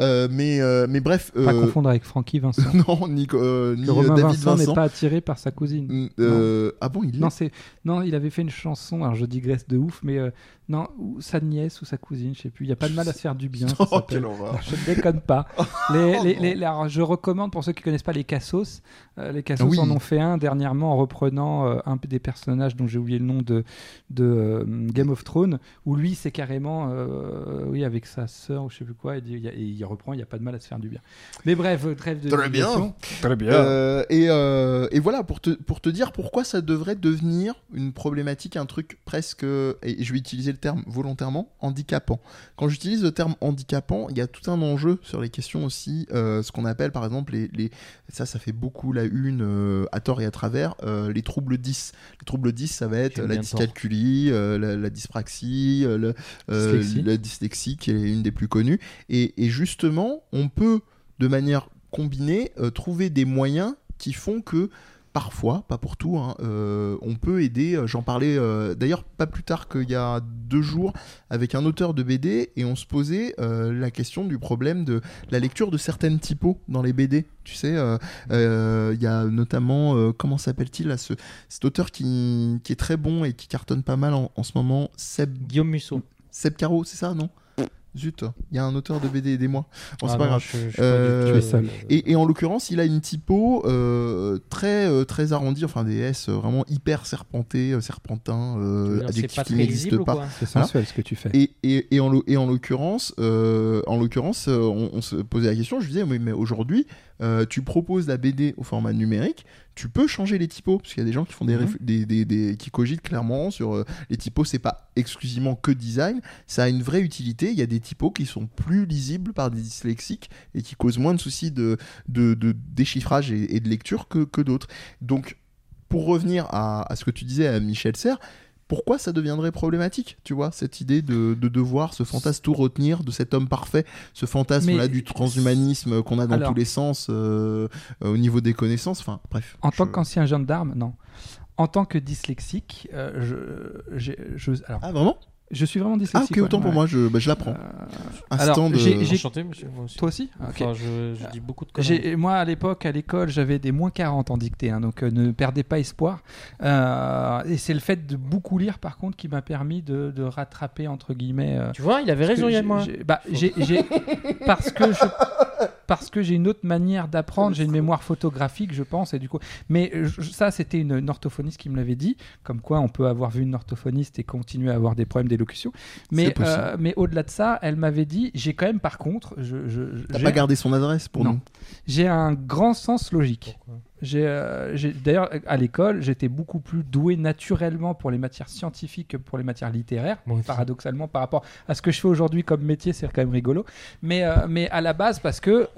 S1: Euh, mais, euh, mais bref,
S3: Pas
S1: euh,
S3: confondre avec Francky Vincent.
S1: non, ni, euh, ni,
S3: que
S1: euh,
S3: Romain
S1: David
S3: Vincent n'est
S1: Vincent.
S3: pas attiré par sa cousine.
S1: Mm, euh, ah bon, il
S3: Non,
S1: est
S3: c'est non, il avait fait une chanson. Alors je digresse de ouf, mais euh, non, ou sa nièce ou sa cousine, je sais plus. Il y a pas de mal à se faire du bien. ça
S1: Oh,
S3: s'appelle.
S1: quelle horreur.
S3: Je ne déconne pas. Les, les-
S1: non.
S3: les- les- alors, je recommande pour ceux qui connaissent pas les Cassos. euh, les Cassos
S1: Oui.
S3: en ont fait un dernièrement en reprenant euh, un des personnages dont j'ai oublié le nom de, de euh, Game of Thrones, où lui c'est carrément euh, oui avec sa sœur ou je sais plus quoi, il, dit- il y a- et il reprend. Il y a pas de mal à se faire du bien. Mais bref, euh, trêve de
S1: Très bien.
S3: digression.
S1: Euh, et, euh, et voilà, pour te, pour te dire pourquoi ça devrait devenir une problématique, un truc presque, euh, et je vais utiliser le terme volontairement, handicapant. Quand j'utilise le terme handicapant, il y a tout un enjeu sur les questions aussi, euh, ce qu'on appelle par exemple, les, les- ça ça fait beaucoup la une, euh, à tort et à travers, euh, les troubles 10. Les troubles 10, ça va être
S2: J'aime
S1: la
S2: bien tort.
S1: dyscalculie, euh, la, la dyspraxie, euh, le- euh,
S3: Dyslexie.
S1: la dyslexie qui est une des plus connues. Et, et justement, on peut, de manière combinée, euh, trouver des moyens qui font que parfois, pas pour tout, hein, euh, on peut aider. J'en parlais euh, d'ailleurs pas plus tard qu'il y a deux jours avec un auteur de BD et on se posait euh, la question du problème de la lecture de certaines typos dans les BD. Tu sais, euh, euh, il y a notamment, euh, comment s'appelle-t-il, là, ce, cet auteur qui, qui est très bon et qui cartonne pas mal en, en ce moment, Seb,
S2: Guillaume Musso.
S1: Seb Caro, c'est ça, non Zut, il y a un auteur de BD, aidez-moi. Bon, c'est
S2: Ah
S1: pas
S2: non,
S1: grave.
S2: je- je suis
S1: Euh,
S2: pas du tout,
S3: tu es seul.
S1: Et, et en l'occurrence, il a une typo euh, très euh, très arrondie, enfin des S euh, vraiment hyper serpentés, euh, serpentins,
S2: Alors,
S1: euh,
S2: C'est
S1: adjectifs
S2: pas
S1: qui
S2: très
S1: n'existent
S2: lisible ou
S1: pas.
S2: quoi
S3: C'est sensuel ce que tu fais.
S1: Et, et, et en l'o- et en l'occurrence, euh, en l'occurrence, euh, on, on se posait la question. Je disais, mais, mais aujourd'hui, euh, tu proposes la BD au format numérique, tu peux changer les typos parce qu'il y a des gens qui font des,
S3: Mhm.
S1: réf- des, des- des- qui cogitent clairement sur euh, les typos. C'est pas exclusivement que design, ça a une vraie utilité. Il y a des typos qui sont plus lisibles par des dyslexiques et qui causent moins de soucis de, de, de déchiffrage et, et de lecture que, que d'autres. Donc, pour revenir à, à ce que tu disais à Michel Serres, pourquoi ça deviendrait problématique, tu vois, cette idée de, de devoir, ce fantasme tout retenir de cet homme parfait, ce fantasme-là
S3: Mais-
S1: du transhumanisme qu'on a dans
S3: Alors-
S1: tous les sens, euh, euh, au niveau des connaissances, enfin, bref.
S3: En tant
S1: je-
S3: qu'ancien gendarme, non. En tant que dyslexique, euh, je, j'ai- je, alors,
S1: Ah, vraiment
S3: je suis vraiment
S1: Ah,
S3: dyslexique.
S1: ok, autant
S3: ouais,
S1: pour
S3: ouais.
S1: moi, je, bah, je l'apprends.
S3: Euh,
S1: Instant
S3: alors,
S1: de-
S3: j'ai- j'ai-
S2: Enchanté, monsieur, moi aussi.
S3: toi aussi Ah, ok.
S2: Enfin, je, je dis beaucoup de conneries.
S3: J'ai- moi, à l'époque, à l'école, j'avais des moins 40 en dictée, hein, donc euh, ne perdez pas espoir. Euh, et c'est le fait de beaucoup lire, par contre, qui m'a permis de, de rattraper, entre guillemets. euh,
S2: Tu vois, il avait raison,
S3: que
S2: il y a
S3: j'ai-
S2: moi.
S3: j'ai- bah, j'ai- j'ai- parce que je- parce que j'ai une autre manière d'apprendre, j'ai une mémoire photographique, je pense, et du coup. Mais euh, je- ça, c'était une, une orthophoniste qui me l'avait dit, comme quoi on peut avoir vu une orthophoniste et continuer à avoir des problèmes d'élocution. Mais,
S1: C'est possible.
S3: euh, mais au-delà de ça, elle m'avait dit, j'ai quand même, par contre, je, je-
S1: T'as
S3: j'ai-
S1: pas gardé son adresse pour
S3: Non.
S1: nous
S3: j'ai un grand sens logique.
S2: Pourquoi
S3: J'ai, euh, j'ai- d'ailleurs, à l'école, j'étais beaucoup plus doué naturellement pour les matières scientifiques que pour les matières littéraires.
S2: Moi aussi.
S3: Paradoxalement, par rapport à ce que je fais aujourd'hui comme métier, c'est quand même rigolo. Mais, euh, mais à la base, parce que,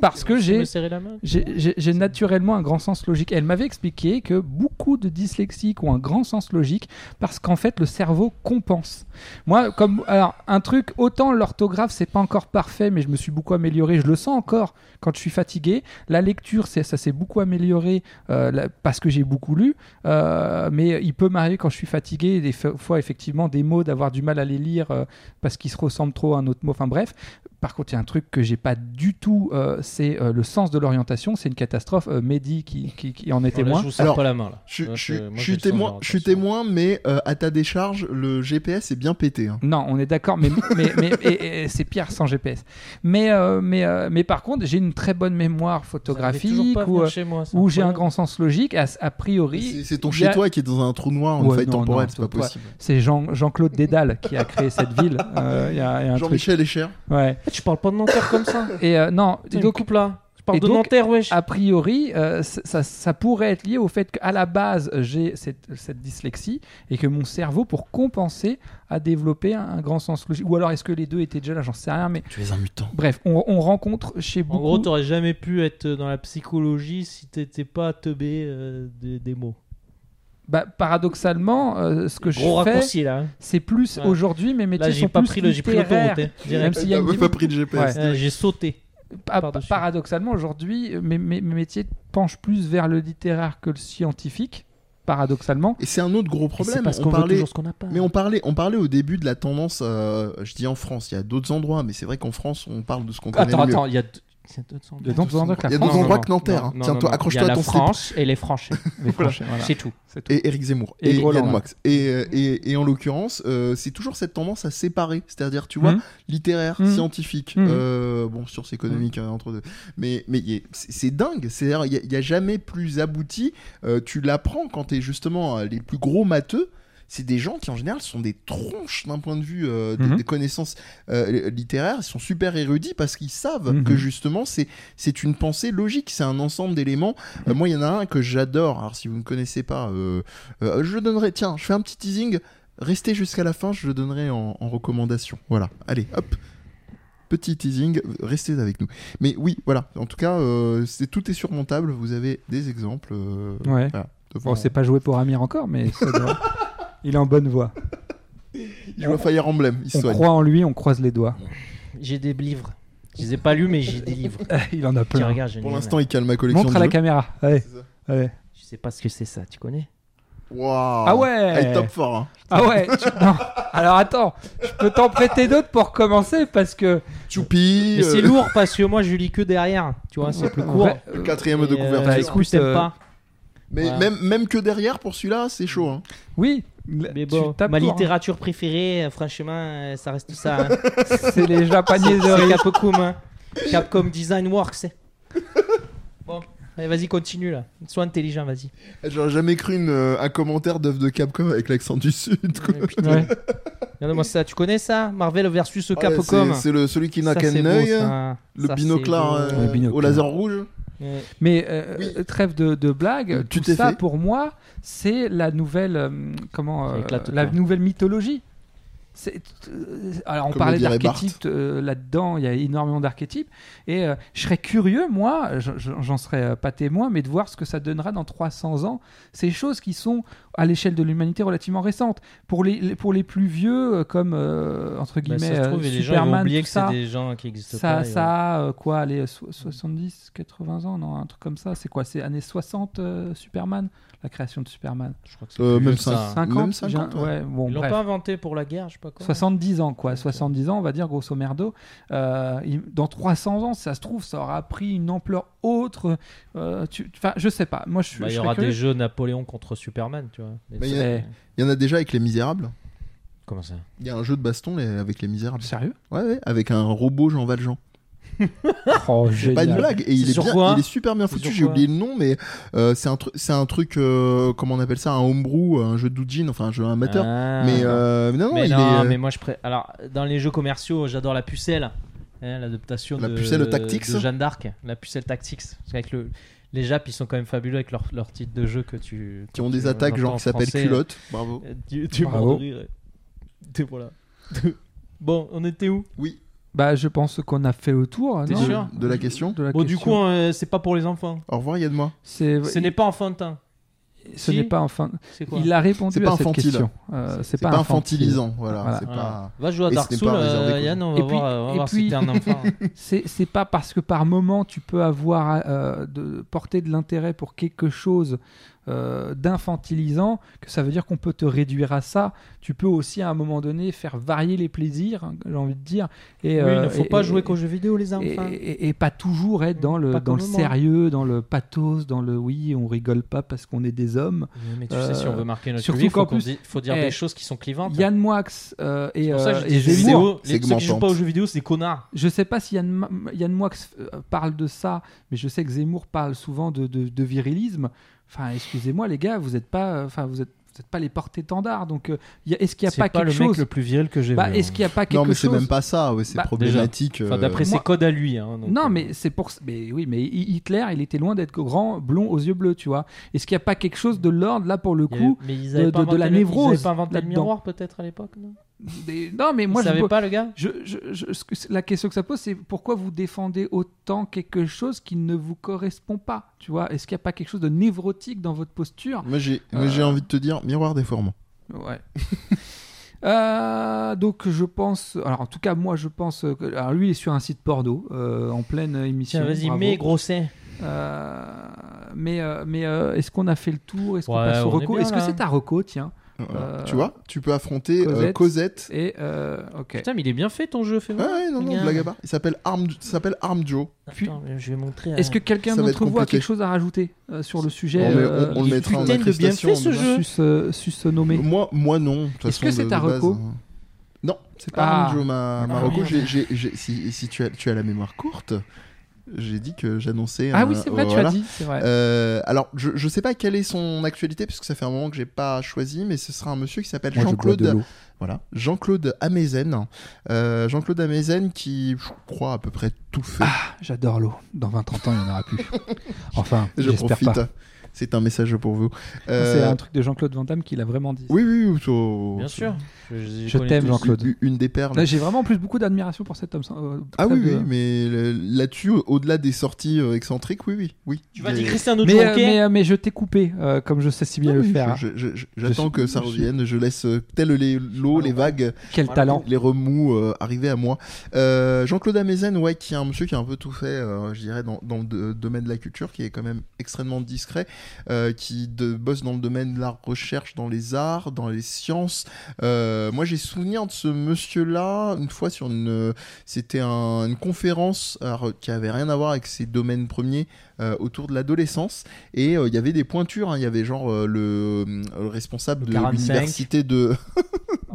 S3: parce que
S2: Tu
S3: j'ai,
S2: me serrer la main
S3: j'ai- j'ai j'ai naturellement un grand sens logique. Elle m'avait expliqué que beaucoup de dyslexiques ont un grand sens logique parce qu'en fait le cerveau compense. Moi, comme alors un truc, autant l'orthographe c'est pas encore parfait, mais je me suis beaucoup amélioré. Je le sens encore quand je suis fatigué. La lecture, c'est ça s'est beaucoup amélioré euh, là- parce que j'ai beaucoup lu. Euh, mais il peut m'arriver quand je suis fatigué des fo- fois effectivement des mots d'avoir du mal à les lire euh, parce qu'ils se ressemblent trop à un autre mot. Enfin bref. Par contre, il y a un truc que j'ai pas du tout, euh, c'est euh, le sens de l'orientation. C'est une catastrophe. Euh, Mehdi qui, qui- qui en est
S2: Là,
S3: témoin.
S2: Je vous serre
S1: Alors,
S2: pas la main, là.
S1: je,
S2: Là,
S1: je-
S2: c'est- moi,
S1: je
S2: j'ai
S1: suis
S2: le sens de
S1: témoin, je suis
S2: l'orientation.
S1: témoin, mais euh, à ta décharge, le GPS est bien pété. hein.
S3: Non, on est d'accord, mais, mais, mais- et- et c'est pire sans GPS. Mais, euh, mais, euh, mais par contre, j'ai une très bonne
S2: Ça
S3: mémoire
S2: me fait
S3: photographique
S2: toujours pas
S3: ou,
S2: venir
S3: euh,
S2: chez moi, c'est
S3: ou j'ai un
S2: incroyable.
S3: grand sens logique. A, a priori,
S1: C'est c'est ton
S3: il y a-
S1: chez-toi qui est dans un trou noir, une
S3: Ouais,
S1: faille
S3: non,
S1: temporelle,
S3: non,
S1: c'est pas
S3: toi-
S1: possible.
S3: c'est Jean, Jean-Claude Dédale qui a créé cette ville. Euh, Il y a, il y a un truc.
S1: Jean-Michel Escher
S3: Ouais.
S2: Ah, Tu parles pas de Nanterre comme ça.
S3: Et euh, non,
S2: Putain, il me
S3: donc,
S2: coupe là. Je parle
S3: et
S2: de
S3: donc-
S2: Nanterre, wesh.
S3: a priori, euh, ça, ça- ça pourrait être lié au fait qu'à la base, j'ai cette, cette dyslexie et que mon cerveau, pour compenser, a développé un, un grand sens logique. Ou alors, est-ce que les deux étaient déjà là J'en sais rien, mais
S1: Tu es un mutant.
S3: bref, on, on rencontre chez
S2: En gros,
S3: beaucoup.
S2: t'aurais jamais pu être dans la psychologie si t'étais pas teubé euh, des, des mots.
S3: Bah, paradoxalement, euh, ce que
S2: Gros
S3: je fais,
S2: raccourci là. hein.
S3: c'est plus
S2: Ouais.
S3: aujourd'hui mes métiers
S2: Là,
S3: sont
S2: j'ai pas
S3: plus
S2: pris le, j'ai pris
S3: littéraires.
S2: l'autoroute. hein, direct.
S3: Même s'il y a une
S1: pas pris de GPS.
S2: Euh, j'ai sauté.
S3: Pa-
S2: Par-dessus.
S3: paradoxalement, aujourd'hui, euh, mes, mes- mes métiers penchent plus vers le littéraire que le scientifique. Paradoxalement,
S1: Et c'est un autre gros
S2: Et c'est
S1: problème.
S2: parce
S1: on
S2: qu'on veut
S1: parlait,
S2: toujours ce qu'on n'a pas.
S1: mais on parlait, on parlait au début de la tendance. euh, je dis en France, il y a d'autres endroits, mais c'est vrai qu'en France, on parle de ce qu'on connaît
S2: Attends,
S1: le mieux.
S2: attends, il y a deux- il y a deux cents-
S3: il y a d'autres endroits que la
S1: Il y a
S3: France.
S1: d'autres endroits
S2: non,
S1: que Nanterre. hein.
S2: non, non,
S1: Tiens-toi,
S2: non.
S1: accroche-toi à
S2: Il y a
S1: ton
S2: la
S1: slip.
S2: France et les Franchais.
S3: les Français, voilà.
S2: C'est tout. C'est tout.
S1: Et Eric Zemmour.
S3: Et
S1: Et, Yann
S3: Roland, ouais.
S1: Moix. Et, euh, et- et en l'occurrence, euh, c'est toujours cette tendance à séparer. C'est-à-dire, tu vois,
S3: Mhm.
S1: littéraire,
S3: Mhm.
S1: scientifique,
S3: Mhm.
S1: euh, bon, sciences économiques
S3: Mmh.
S1: euh, entre deux. Mais, mais y est- c'est c'est dingue. C'est-à-dire, il n'y a, jamais plus abouti. Euh, tu l'apprends quand tu es justement euh, les plus gros matheux. C'est des gens qui, en général, sont des tronches d'un point de vue euh, des,
S3: Mhm.
S1: des connaissances euh, littéraires. Ils sont super érudits parce qu'ils savent
S3: Mhm.
S1: que, justement, c'est c'est une pensée logique, c'est un ensemble d'éléments. Euh, moi, il y en a un que j'adore. Alors, si vous ne connaissez pas, euh, euh, je donnerai. Tiens, je fais un petit teasing. Restez jusqu'à la fin, je le donnerai en, en recommandation. Voilà. Allez, hop. Petit teasing, restez avec nous. Mais oui, voilà. En tout cas, euh, c'est tout est surmontable. Vous avez des exemples. euh,
S3: Ouais.
S1: voilà, devant-
S3: Bon, c'est pas joué pour Amir encore, mais ça doit- il est en bonne voie.
S1: Il joue à Fire Emblem. Il se
S3: On
S1: soigne.
S3: croit en lui, on croise les doigts.
S2: J'ai des livres. Je les ai pas lus, mais j'ai des livres.
S3: il en
S2: Tiens,
S3: a plein.
S2: regarde, j'ai une
S1: Pour
S2: ligne,
S1: l'instant, il calme ma collection.
S3: Montre
S1: de
S3: à la
S1: jeux.
S3: caméra. Allez,
S1: C'est ça.
S3: allez.
S2: là. Je sais pas ce que c'est ça, tu connais
S1: Waouh.
S3: Ah ouais.
S1: Elle est top fort. hein.
S3: Ah ouais tu- non. Alors attends, je peux t'en prêter d'autres pour commencer parce que
S1: Choupi.
S2: Mais c'est
S1: euh,
S2: lourd parce que moi je lis que derrière, tu vois, Ah, c'est plus court.
S3: Ouais, euh,
S1: Quatrième de
S2: Et, euh, bah.
S1: couverture.
S2: du coup, t'aimes
S3: euh,
S2: pas.
S1: Mais
S2: Voilà.
S1: même, même que derrière, pour celui-là, c'est chaud. hein.
S3: oui,
S2: Mais
S3: tu
S2: bon,
S3: tapes
S2: ma
S3: fort, hein.
S2: littérature préférée, euh, franchement, euh, ça reste ça. hein.
S3: c'est les japonais
S2: C'est
S3: de
S2: Capcom, hein. Capcom Design Works. Bon, allez, vas-y, continue là. Sois intelligent, vas-y.
S1: J'aurais jamais cru une, euh, un commentaire d'œuf de Capcom avec l'accent du Sud. quoi.
S2: Euh, putain. Regarde-moi ça, tu connais ça Marvel versus
S1: Ouais,
S2: Capcom.
S1: c'est- c'est le celui qui n'a
S2: Ça,
S1: qu'un
S2: c'est beau,
S1: œil, hein.
S2: ça.
S1: le
S2: Ça,
S1: binoclard
S2: c'est beau.
S1: euh,
S3: Le binoclard.
S1: au laser rouge.
S2: Ouais.
S3: Mais euh, euh, trêve de, de blague,
S1: Tu
S3: tout
S1: t'es
S3: ça
S1: fait.
S3: pour moi, c'est la nouvelle euh, comment
S2: Ça
S3: euh,
S2: éclate,
S3: la
S2: toi.
S3: nouvelle mythologie. C'est, euh, alors on
S1: Comme
S3: parlait
S1: le dirait
S3: d'archétypes euh, là-dedans, il y a énormément d'archétypes et euh, je serais curieux moi, je- je- j'en serais euh, pas témoin mais de voir ce que ça donnera dans 300 ans, ces choses qui sont à l'échelle de l'humanité relativement récentes. Pour les, les- pour les plus vieux euh, comme euh, entre
S4: Bah,
S3: guillemets
S4: ça se trouve,
S3: euh,
S4: et les gens ils vont
S3: Superman
S4: oublier
S3: tout
S4: que c'est
S3: ça.
S4: des gens qui existent pas.
S3: Ça,
S4: et voilà.
S3: ça a, euh, quoi, les 70, 80 ans, non, un truc comme ça. C'est quoi C'est années 60, euh, Superman La création de Superman.
S4: Je crois que
S1: Euh,
S4: plus
S1: même
S4: que ça,
S1: cinq.
S4: hein.
S3: 50,
S1: Même
S3: j'ai un-
S1: 50, ouais.
S3: ouais, bon,
S2: Ils l'ont
S3: bref.
S2: pas inventé pour la guerre, je sais pas quoi.
S3: 70 ans, quoi. 70 ans, on va dire, grosso merdo. Euh, il- dans 300 ans, si ça se trouve, ça aura pris une ampleur autre. Euh, tu- Enfin, je sais pas. Moi, je suis.
S2: Bah, il
S3: je
S2: y
S3: serais
S2: aura
S3: curieux.
S2: des jeux Napoléon contre Superman, tu vois. Mais
S1: Mais
S2: ça-
S1: il y a-
S3: Eh,
S1: Il y en a déjà avec Les Misérables.
S2: Comment ça
S1: Il y a un jeu de baston les- avec Les Misérables.
S3: Sérieux
S1: Ouais, ouais, avec un robot Jean Valjean. Pas
S3: Oh,
S1: une
S3: génial.
S1: blague et il
S2: C'est
S1: est,
S2: sur
S1: bien,
S2: quoi
S1: il est super bien
S2: C'est
S1: foutu.
S2: sur
S1: J'ai
S2: quoi
S1: oublié le nom, mais euh, c'est un truc, c'est un truc, euh, comment on appelle ça, un homebrew, un jeu de doujin, enfin un jeu amateur.
S2: Ah,
S1: mais
S2: non.
S1: euh, non, non,
S2: Mais
S1: il
S2: non,
S1: est.
S2: mais moi je pré... Alors, dans les jeux commerciaux, j'adore la pucelle. Hein, L'adaptation
S1: La
S2: de,
S1: pucelle au Tactics.
S2: de Jeanne d'Arc. La pucelle Tactics. Parce qu'avec le... Les Japs, ils sont quand même fabuleux avec leur, leur titre de jeu que tu.
S1: qui
S2: que
S1: ont des
S2: tu
S3: Euh,
S1: attaques genre
S2: entends
S1: qui s'appellent
S2: français.
S1: culotte. Bravo.
S2: Euh, Tu, tu
S3: Bravo.
S2: mords de rire. T'es voilà. bon, on était où
S1: Oui.
S3: Bah, je pense qu'on a fait le tour.
S2: T'es
S3: non
S2: sûr
S1: De la question.
S3: De la
S2: Bon, du
S3: question.
S2: coup, euh, c'est pas pour les enfants.
S1: Au revoir, Yann moi.
S3: c'est,
S2: Ce n'est pas enfantin.
S3: ce
S2: Si.
S3: n'est pas enfin.
S2: C'est quoi
S3: il a répondu
S1: C'est pas
S3: à cette
S1: infantile.
S3: question. Euh,
S1: C'est pas infantilisant, voilà.
S3: Voilà.
S1: C'est
S2: Voilà.
S1: pas.
S2: Va jouer à
S1: Et
S2: Dark
S1: ce n'est
S2: Souls,
S1: pas réservé
S2: euh,
S1: qu'aux
S2: Yann, on
S3: Et
S2: va
S3: puis-
S2: voir, euh, on va
S3: et
S2: voir
S3: puis-
S2: si t'es un enfant.
S3: C'est c'est pas parce que par moment tu peux avoir euh, de porter de l'intérêt pour quelque chose euh, d'infantilisant que ça veut dire qu'on peut te réduire à ça. Tu peux aussi à un moment donné faire varier les plaisirs, hein, j'ai envie de dire. Et,
S2: oui, il ne
S3: euh,
S2: faut
S3: et-
S2: pas
S3: et-
S2: jouer qu'aux jeux vidéo, les
S3: et,
S2: enfants.
S3: et- et pas toujours être dans le,
S2: Pas
S3: dans le
S2: comme moi.
S3: sérieux, dans le pathos, dans le oui, on rigole pas parce qu'on est des hommes.
S2: Mais tu
S3: Euh,
S2: sais, si on veut marquer notre
S3: surtout
S2: public,
S3: qu'en
S2: faut, qu'on
S3: plus-
S2: dise- faut dire
S3: Eh,
S2: des choses qui sont clivantes.
S3: Yann Moix euh, et,
S2: C'est pour ça que
S3: euh,
S2: je
S3: et
S2: dis jeux
S3: Zemmour.
S2: vidéo. Les ceux qui jouent
S1: segmentante.
S2: pas aux jeux vidéo, c'est des connards.
S3: Je sais pas si Yann, Ma- Yann Moix euh, parle de ça, mais je sais que Zemmour parle souvent de, de- de virilisme. Enfin, excusez-moi, les gars, vous n'êtes pas, euh, enfin, vous êtes, vous êtes pas les porte-étendards. Donc, euh, y a- est-ce qu'il n'y a
S2: C'est
S3: pas,
S2: pas
S3: quelque
S2: le mec
S3: chose
S2: le plus viril que j'ai
S3: Bah,
S2: vu.
S3: Est-ce qu'il n'y a pas quelque
S1: Non, mais c'est
S3: chose
S1: même pas ça. Ouais, c'est
S3: Bah,
S1: problématique.
S2: Enfin,
S1: euh,
S2: d'après
S3: moi-
S2: ses codes à lui. hein, donc,
S3: Non,
S2: euh,
S3: mais c'est pour. Mais oui, mais Hi- Hitler, il était loin d'être grand, blond aux yeux bleus, tu vois. Est-ce qu'il n'y a pas quelque chose de l'ordre là pour le
S2: il y avait-
S3: coup
S2: mais ils
S3: de-
S2: avaient
S3: de-
S2: pas
S3: de la
S2: inventé le- Ils
S3: névrose
S2: avaient pas inventé le
S3: là-dedans.
S2: miroir peut-être à l'époque. Non,
S3: Des- Non, mais moi,
S2: Ils
S3: je
S2: savaient
S3: vois-
S2: pas le gars.
S3: Je, je- je- ce que c'est- la question que ça pose, c'est pourquoi vous défendez autant quelque chose qui ne vous correspond pas Tu vois, est-ce qu'il n'y a pas quelque chose de névrotique dans votre posture
S1: Moi, j'ai, moi,
S3: Euh.
S1: j'ai envie de te dire, miroir déformant.
S3: Ouais. Euh, donc je pense, alors en tout cas moi je pense, que, alors lui il est sur un site porno euh, en pleine émission.
S2: Tiens, vas-y,
S3: bravo.
S2: mets gros seins.
S3: Euh, mais euh, mais euh, est-ce qu'on a fait le tour Est-ce qu'on
S2: Ouais,
S3: passe au
S2: on est
S3: reco
S2: bien,
S3: Est-ce que
S2: là.
S3: c'est ta reco Tiens.
S1: Voilà.
S3: Euh,
S1: Tu vois, tu peux affronter euh,
S3: Cosette.
S1: Cosette.
S3: Et euh, ok.
S2: Putain, mais il est bien fait ton jeu, fais
S1: Ouais, ouais, non, non,
S2: Bien.
S1: blague à part. Il s'appelle Arm, il s'appelle Arm Joe.
S2: Attends, je vais montrer. à-
S3: Est-ce que quelqu'un
S1: Ça va
S3: d'entre
S1: être
S3: vous a
S1: compliqué.
S3: quelque chose à rajouter euh, sur le sujet
S1: Non, mais
S3: euh,
S1: on, on
S2: il
S1: le
S2: est
S1: mettra en
S2: putain de bien
S1: attestation,
S2: fait, ce
S1: mais-
S2: jeu.
S3: sus- euh, susnommé
S1: Moi, moi non. de toute
S3: Est-ce que
S1: façon,
S3: c'est
S1: de-
S3: ta
S1: de base,
S3: reco
S1: hein. Non, c'est pas
S3: Ah.
S1: Arm Joe, ma, ma
S2: Ah,
S1: reco.
S2: merde.
S1: J'ai- j'ai- j'ai- si si tu, as, tu as la mémoire courte, j'ai dit que j'annonçais.
S3: Ah
S1: un-
S3: oui, c'est vrai, tu
S1: voilà.
S3: as dit, c'est vrai.
S1: Euh, alors, je, je sais pas quelle est son actualité, puisque ça fait un moment que j'ai pas choisi, mais ce sera un monsieur qui s'appelle Jean-Claude voilà. Jean-Claude Amezen. Euh, Jean-Claude Amezen qui, je crois, à peu près tout fait.
S3: Ah, J'adore l'eau. Dans 20-30 ans, il n'y en aura plus. Enfin,
S1: je
S3: j'espère
S1: profite.
S3: pas. Ah,
S1: C'est un message pour vous. Euh,
S3: C'est un truc de Jean-Claude Van Damme qui l'a vraiment dit.
S1: Oui, oui, oui. oh,
S2: Bien
S1: c'est-
S2: sûr.
S3: Je t'aime,
S1: une-
S3: Jean-Claude.
S1: une- Une des perles.
S3: Là, J'ai vraiment en plus beaucoup d'admiration pour cet homme. euh,
S1: Ah
S3: très
S1: oui,
S3: peu.
S1: oui, mais le- là-dessus, au- au-delà des sorties euh, excentriques, oui, oui, oui.
S2: Tu vas
S1: Mais-
S2: dire Cristiano
S3: Mais, euh,
S2: Ronquet
S3: mais, euh, mais je t'ai coupé, euh, comme je sais si bien
S1: Non,
S3: le
S1: Ah oui,
S3: faire.
S1: je- je- je- J'attends
S3: suis-
S1: que ça
S3: je suis-
S1: revienne. Je laisse euh, tel les-
S2: Ah
S1: l'eau, les vagues,
S3: Quel
S2: Voilà.
S3: talent.
S1: les remous euh, arriver à moi. Euh, Jean-Claude Amezen, ouais, qui est un monsieur qui a un peu tout fait, euh, je dirais, dans, dans le do- domaine de la culture, qui est quand même extrêmement discret euh, qui de, bosse dans le domaine de la recherche, dans les arts, dans les sciences. Euh, moi, j'ai souvenir de ce monsieur-là une fois sur une, euh, c'était un- une conférence alors, qui avait rien à voir avec ses domaines premiers euh, autour de l'adolescence et euh, il y avait des pointures. hein. Il y avait genre euh, le, le responsable
S2: Le
S1: de
S2: 45.
S1: l'université de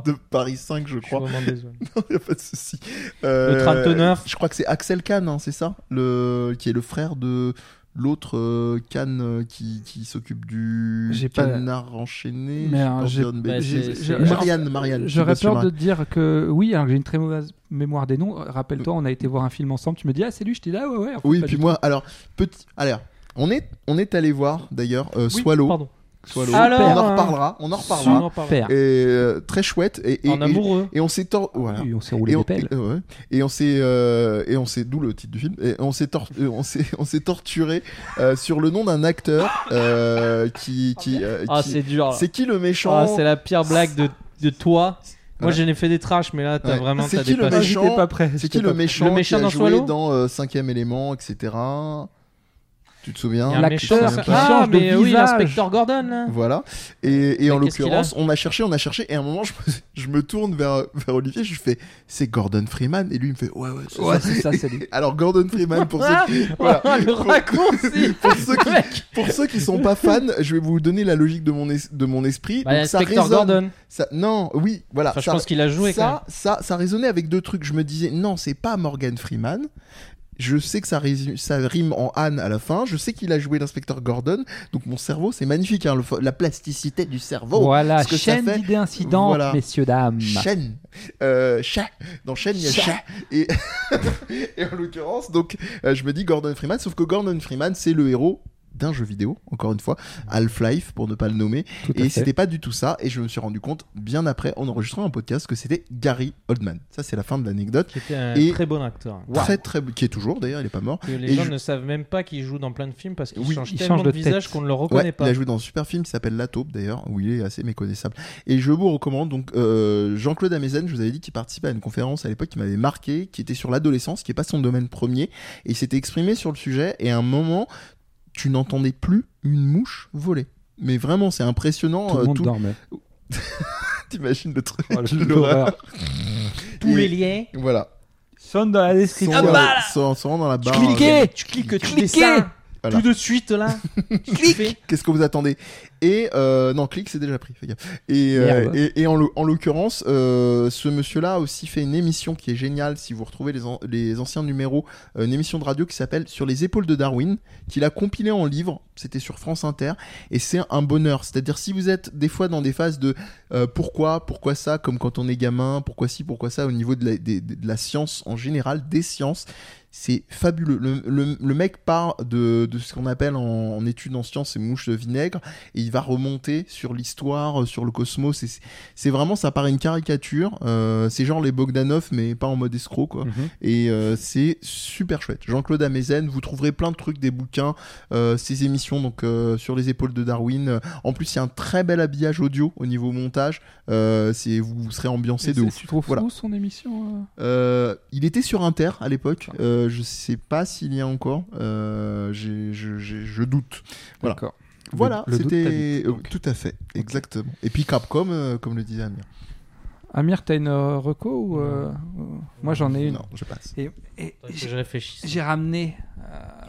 S1: de Paris 5, je
S2: Je suis
S1: crois.
S2: vraiment désolé.
S1: Il n'y a pas de souci. Euh,
S2: 39.
S1: Je crois que c'est Axel Kahn, hein, c'est ça le... Qui est le frère de l'autre euh, Kahn euh, qui, qui s'occupe du
S3: J'ai pas-
S1: canard enchaîné.
S3: Mais
S1: je
S3: alors,
S1: pense
S3: j'ai-
S1: dire une
S2: bah,
S1: bêtise.
S2: c'est-
S1: C'est-
S2: j'ai-
S1: Marianne, Marianne.
S3: J'aurais
S1: Sébastien
S3: peur de te dire que oui, alors que j'ai une très mauvaise mémoire des noms. Rappelle-toi, on a été voir un film ensemble. Tu me dis ah c'est lui, je t'ai dit ah ouais ouais. en fait,
S1: Oui,
S3: pas
S1: puis
S3: du
S1: moi, alors, petit. Allez, on est, on est allé voir d'ailleurs euh,
S2: Oui,
S1: Swallow.
S2: Pardon.
S1: Swallow.
S2: Alors,
S1: on en
S2: euh,
S1: reparlera. On en
S2: On
S1: reparlera.
S2: en parle.
S3: Super.
S1: Et, euh, très chouette. Et, et-
S2: En
S1: et-
S2: amoureux.
S1: Et on s'est tor-
S3: tout.
S1: voilà.
S3: Oui, on s'est
S1: Et
S3: roulé
S1: on,
S3: des pelles.
S1: et- ouais. Et on s'est euh, et on s'est d'où le titre du film et on s'est tor- euh, on s'est on s'est torturé euh, sur le nom d'un acteur euh, qui qui, euh,
S2: Ah,
S1: qui-
S2: c'est dur. là.
S1: c'est qui le méchant
S2: Ah, c'est la pire blague de, de toi. Moi,
S1: Ouais.
S2: j'en ai fait des trash, mais là, t'as
S1: Ouais.
S2: vraiment
S1: C'est
S2: t'as
S1: qui le
S2: dépassé.
S1: mec
S3: Ah, j'étais
S1: méchant-
S3: pas prêt.
S1: C'est qui
S3: j'étais
S1: le
S3: pas prêt.
S1: méchant,
S2: Le méchant
S1: qui a
S2: dans
S1: joué
S2: Swallow
S1: dans euh, Cinquième élément etc tu te souviens
S2: Il y a un méchant,
S3: L'acteur
S1: Je
S2: ça.
S1: me souviens
S3: qui
S1: pas.
S2: Ah,
S3: change de
S2: mais oui,
S3: visage.
S2: l'inspecteur Gordon, là.
S1: voilà et, et en
S2: Mais qu'est-ce qu'il
S1: l'occurrence on a cherché on a cherché et à un moment je me, je me tourne vers vers Olivier je fais c'est Gordon Freeman et lui il me fait ouais ouais c'est
S3: Ouais,
S1: ça.
S3: c'est ça, c'est lui.
S1: alors Gordon Freeman pour ceux qui, voilà. Bah,
S2: Ah, le
S1: Pour-
S2: raccourci
S1: pour ceux qui
S2: Mec
S1: Pour ceux qui sont pas fans, je vais vous donner la logique de mon, es- de mon esprit.
S2: bah,
S1: Donc, ça
S2: L'inspecteur
S1: résonne.
S2: Gordon.
S1: Ça- non, oui, voilà.
S2: Enfin, je
S1: ça,
S2: pense qu'il a joué quand même.
S1: ça, ça, ça résonnait avec deux trucs. Je me disais, non, c'est pas Morgan Freeman. Je sais que ça, résu- ça rime en Anne à la fin. Je sais qu'il a joué l'inspecteur Gordon. Donc mon cerveau, c'est magnifique, hein, le fo- la plasticité du cerveau.
S3: voilà,
S1: ce que ça
S3: chaîne
S1: fait.
S3: d'idées incidentes,
S1: Voilà.
S3: messieurs dames.
S1: Chaîne. Euh, chat. Dans chaîne, il y a chat. Et, et en l'occurrence, donc, euh, je me dis Gordon Freeman, sauf que Gordon Freeman, c'est le héros d'un jeu vidéo, encore une fois, Half-Life, pour ne pas le nommer.
S3: Tout à
S1: Et
S3: fait.
S1: c'était pas du tout ça. Et je me suis rendu compte, bien après, en enregistrant un podcast, que c'était Gary Oldman. Ça, c'est la fin de l'anecdote.
S2: Qui était un
S1: Et-
S2: très bon acteur.
S1: Très, très. Qui est toujours, d'ailleurs, il est pas mort.
S2: Que les
S1: Et
S2: gens
S1: je-
S2: ne savent même pas qu'il joue dans plein de films parce qu'il
S1: Oui,
S2: change
S3: il
S2: tellement
S3: change
S2: de,
S3: de
S2: visage
S3: tête.
S2: qu'on ne le
S1: Ouais,
S2: reconnaît
S1: Il
S2: pas.
S1: a joué dans un super film qui s'appelle La Taupe, d'ailleurs, où il est assez méconnaissable. Et je vous recommande, donc, euh, Jean-Claude Amezen, je vous avais dit qu'il participait à une conférence à l'époque qui m'avait marqué, qui était sur l'adolescence, qui est pas son domaine premier. Et il s'était exprimé sur le sujet. Et à un moment, tu n'entendais plus une mouche voler. Mais vraiment, c'est impressionnant.
S3: Tout
S1: euh,
S3: le monde
S1: tout-
S3: dormait.
S1: T'imagines le truc.
S3: Oh, le-
S1: l'horreur.
S3: l'horreur.
S2: Tous les
S1: Et-
S2: liens.
S1: Voilà.
S3: Sonne dans la
S1: Sans,
S3: description.
S1: euh, sans- sans dans la barre. euh,
S3: Cliquez
S2: Tu cliques, tu
S3: Cliquez
S2: dessins.
S1: Voilà.
S2: Tout de suite là. tu fais.
S1: Qu'est-ce que vous attendez Et euh, non, clic, c'est déjà pris. fais gaffe. Et, euh,
S3: Merde.
S1: et, et en, l'o- en l'occurrence, euh, ce monsieur-là a aussi fait une émission qui est géniale. Si vous retrouvez les, an- les anciens numéros, euh, une émission de radio qui s'appelle Sur les épaules de Darwin, qu'il a compilé en livre. C'était sur France Inter. Et c'est un bonheur. C'est-à-dire, si vous êtes des fois dans des phases de euh, pourquoi, pourquoi ça, comme quand on est gamin, pourquoi ci, pourquoi ça, au niveau de la, des- de la science en général, des sciences, c'est fabuleux. Le, le- le mec part de, de ce qu'on appelle en, en études en sciences, c'est mouche de vinaigre, et il va remonter sur l'histoire, euh, sur le cosmos. et c'est- C'est vraiment, ça paraît une caricature. euh, c'est genre les Bogdanov, mais pas en mode escroc, quoi.
S3: Mhm.
S1: Et euh, c'est super chouette. Jean-Claude Amezen, vous trouverez plein de trucs, des bouquins, euh, ses émissions donc euh, sur les épaules de Darwin. Euh, En plus, il y a un très bel habillage audio au niveau montage. Euh, c'est- vous, vous serez ambiancé de
S3: C'est-
S1: ouf.
S3: Tu trouves
S1: Voilà.
S3: fou son émission euh
S1: Euh, il était sur Inter à l'époque. Euh, je sais pas s'il y a encore. Euh, j'ai- je, j'ai- je doute. Voilà.
S3: D'accord. Le-
S1: Voilà,
S3: le doute
S1: c'était
S3: t'habite,
S1: euh,
S3: donc.
S1: tout à fait, exactement. Et puis Capcom, euh, comme le disait Amir.
S3: Amir, t'as une euh, reco ou euh, ou- Moi, j'en ai une.
S1: Non, je passe.
S3: Et, et
S2: Faudrait que
S3: j'ai-
S2: Je réfléchis.
S3: j'ai ramené. euh,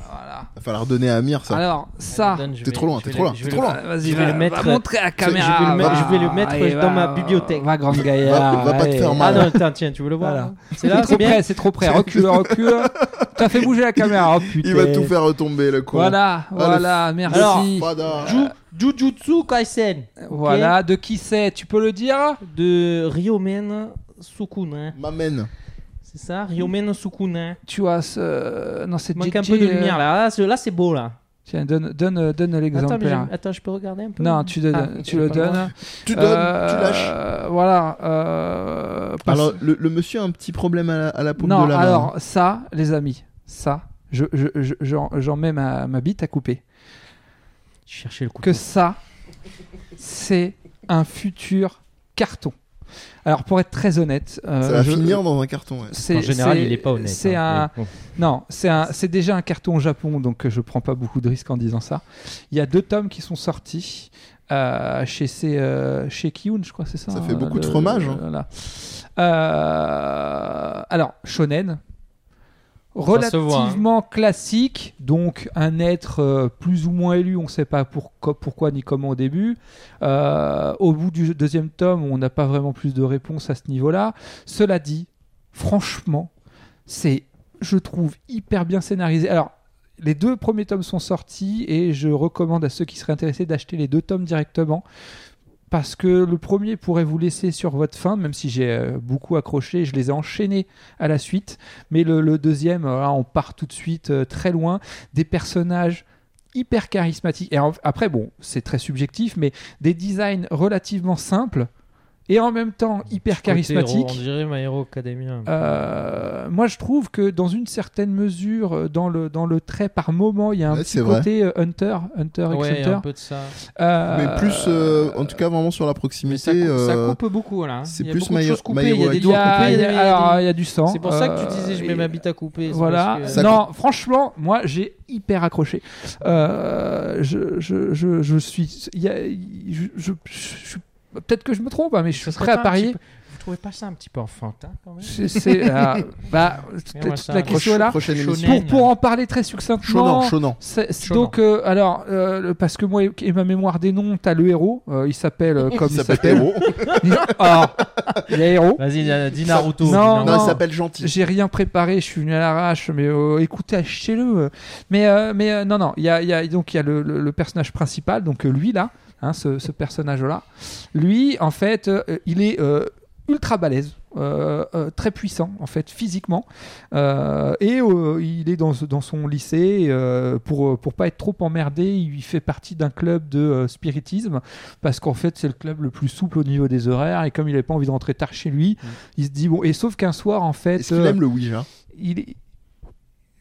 S3: voilà.
S1: Il va falloir donner à Amir ça.
S3: Alors, ça.
S1: T'es trop loin, t'es trop loin, t'es trop loin.
S3: Euh, Vas-y,
S2: Je vais
S3: va,
S2: le mettre-
S3: va montrer à la caméra.
S2: je vais le mettre-
S3: va.
S2: je vais le mettre
S3: Allez,
S2: dans
S3: va,
S2: ma bibliothèque.
S3: Va, grande
S1: Va-
S3: gaillard.
S1: va pas te
S3: allez.
S1: faire
S2: Ah
S1: mal.
S2: non, tiens, tiens, tu veux le voir
S3: Voilà.
S2: là C'est
S3: C'est
S2: là,
S3: trop
S2: c'est bien.
S3: près, c'est trop près. Recule, recule. T'as fait bouger la caméra. Oh, putain.
S1: Il va tout faire retomber le con.
S3: Voilà,
S1: Ah, le
S3: voilà, merci.
S2: Alors,
S1: Fada.
S2: Ju- Jujutsu Kaisen
S3: voilà, de qui c'est Tu peux le dire
S2: de Ryomen Sukuna.
S1: M'amène.
S2: C'est ça Ryomen Sukuna.
S3: Tu as ce. Non, c'est
S2: Il manque un
S3: JJ,
S2: peu de
S3: euh,
S2: lumière là. Ah, ce- Là, c'est beau là.
S3: Tiens, donne, donne, euh, donne
S2: Attends, mais
S3: l'exemple.
S2: je- attends, je peux regarder un peu
S3: Non, tu, donnes-
S2: Ah,
S3: tu le
S2: pas le
S3: donnes. Euh,
S1: Tu donnes, tu lâches.
S3: Voilà. euh, passe-
S1: Alors, le, le monsieur a un petit problème à la, à la paume
S3: non,
S1: de la main.
S3: alors ça, les amis, ça, je, je, je- j'en, j'en mets ma, ma bite à couper.
S2: Je cherchais le coup.
S3: Que ça, c'est un futur carton. Alors, pour être très honnête, euh,
S1: Ça va
S3: je-
S1: finir dans un carton. ouais.
S3: c'est-
S2: en général,
S3: c'est-
S2: il est pas honnête.
S3: C'est
S2: hein,
S3: un,
S2: mais bon.
S3: Non, c'est un- c'est déjà un carton au Japon, donc euh, je prends pas beaucoup de risques en disant ça. Il y a deux tomes qui sont sortis euh, chez, ces, euh, chez Kiun, je crois, c'est ça
S1: Ça
S3: hein,
S1: fait beaucoup de
S3: le-
S1: fromage, hein.
S3: voilà. Euh, alors, Shonen,
S2: Ça se voit, hein.
S3: relativement classique, donc un être euh, plus ou moins élu, on ne sait pas pour- co- pourquoi ni comment au début. Euh, au bout du deuxième tome, on n'a pas vraiment plus de réponse à ce niveau-là. Cela dit, franchement, c'est, je trouve, hyper bien scénarisé. Alors, les deux premiers tomes sont sortis et je recommande à ceux qui seraient intéressés d'acheter les deux tomes directement. Parce que le premier pourrait vous laisser sur votre fin, même si j'ai euh, beaucoup accroché, je les ai enchaînés à la suite. Mais le, le deuxième, euh, là, on part tout de suite euh, très loin. Des personnages hyper charismatiques. Et en- après, bon, c'est très subjectif, mais des designs relativement simples et en même temps hyper Ah,
S2: Côté héros,
S3: charismatiques.
S2: On dirait My Hero Academia.
S3: Euh, moi, je trouve que dans une certaine mesure, euh, dans le, dans le trait par moment, il y a un
S1: Ouais,
S3: petit
S1: c'est vrai.
S3: côté euh, Hunter, Hunter x
S2: ouais,
S3: Hunter.
S2: un peu de ça.
S3: Euh,
S1: Mais plus, euh, en tout cas, vraiment sur la
S2: Mais ça,
S1: proximité.
S2: coupe, ça
S1: euh,
S2: coupe beaucoup là. hein.
S1: c'est
S2: il y a
S1: plus
S2: beaucoup de
S1: My-
S2: choses
S1: My
S2: coupées, il y a
S1: Hero
S2: des
S3: il y
S2: doigts
S3: a-
S2: coupés,
S3: il
S2: il
S3: y
S2: y
S3: a-
S2: a-
S3: alors,
S2: il y
S3: il y a du sang.
S2: a- C'est pour ça que
S3: euh,
S2: tu disais je mets
S3: et-
S2: ma bite à couper. c'est
S3: Voilà.
S2: parce que-
S1: Ça
S3: non, franchement, moi, j'ai hyper accroché. Euh, je, je, je, je suis. il y a- je, je- je suis- Peut-être que je me trompe, hein, mais je
S2: Ce
S3: suis
S2: serait
S3: prêt à
S2: pas un
S3: parier.
S2: petit peu- Vous trouvez pas ça un petit peu enfantin quand même
S3: C'est- C'est. ah, bah,
S2: Regarde-moi
S3: toute
S2: ça,
S3: la
S2: proche-
S3: question est là.
S1: Prochaine
S2: Shonen.
S1: émission.
S3: Pour, pour en parler très
S1: Shonan,
S3: succinctement.
S1: Shonan.
S3: C'est- c'est-
S2: Shonan.
S3: donc, euh, alors, euh, le- parce que moi et- et ma mémoire des noms, t'as le héros, euh, il s'appelle euh, comme
S1: Il s'appelle Héros.
S3: Alors, il y a héros.
S2: Vas-y, na- dis Naruto.
S3: Non,
S2: dis Naruto.
S1: Non,
S3: non.
S1: il s'appelle Gentil.
S3: J'ai rien préparé, je suis venu à l'arrache, mais euh, écoutez, achetez-le. Mais, euh, mais euh, non, non, il y a, il y a- donc il y a le, le- le personnage principal, donc euh, lui là, hein, ce, ce personnage-là. Lui, en fait, euh, il est euh, ultra balèze. euh, euh, très puissant en fait physiquement Euh, et euh, il est dans, ce- dans son lycée euh, pour euh, pour pas être trop emmerdé il fait partie d'un club de euh, spiritisme parce qu'en fait c'est le club le plus souple au niveau des horaires et comme il avait pas envie de rentrer tard chez lui il se dit bon et sauf qu'un soir en fait
S1: Mmh. Est-ce qu'il
S3: euh,
S1: aime le Ouija
S3: il est-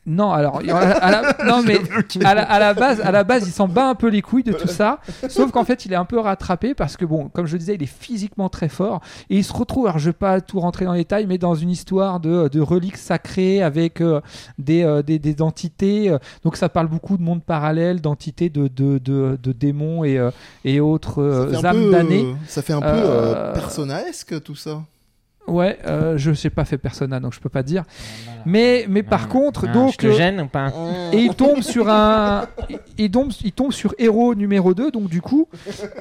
S3: non alors à la- à la- non mais à la, à la base à la base il s'en bat un peu les couilles de tout ça sauf qu'en fait il est un peu rattrapé parce que bon comme je le disais il est physiquement très fort et il se retrouve alors je vais pas tout rentrer dans les détails mais dans une histoire de, de reliques sacrées avec euh, des, euh, des, des entités euh, donc ça parle beaucoup de mondes parallèles d'entités de, de, de, de démons et, euh, et autres
S1: Ça
S3: euh,
S1: fait un
S3: âmes
S1: peu,
S3: damnées
S1: euh, Ça fait un peu
S3: Euh,
S1: euh, personnaesque tout ça.
S3: ouais euh, je sais pas fait persona donc je peux pas
S1: Ah,
S3: dire
S2: Voilà.
S3: mais, mais par
S2: Ah,
S3: contre
S2: ah,
S3: donc
S2: je te
S3: euh,
S2: gêne ou pas
S3: et il tombe sur un il- il tombe il tombe sur héros numéro 2 donc du coup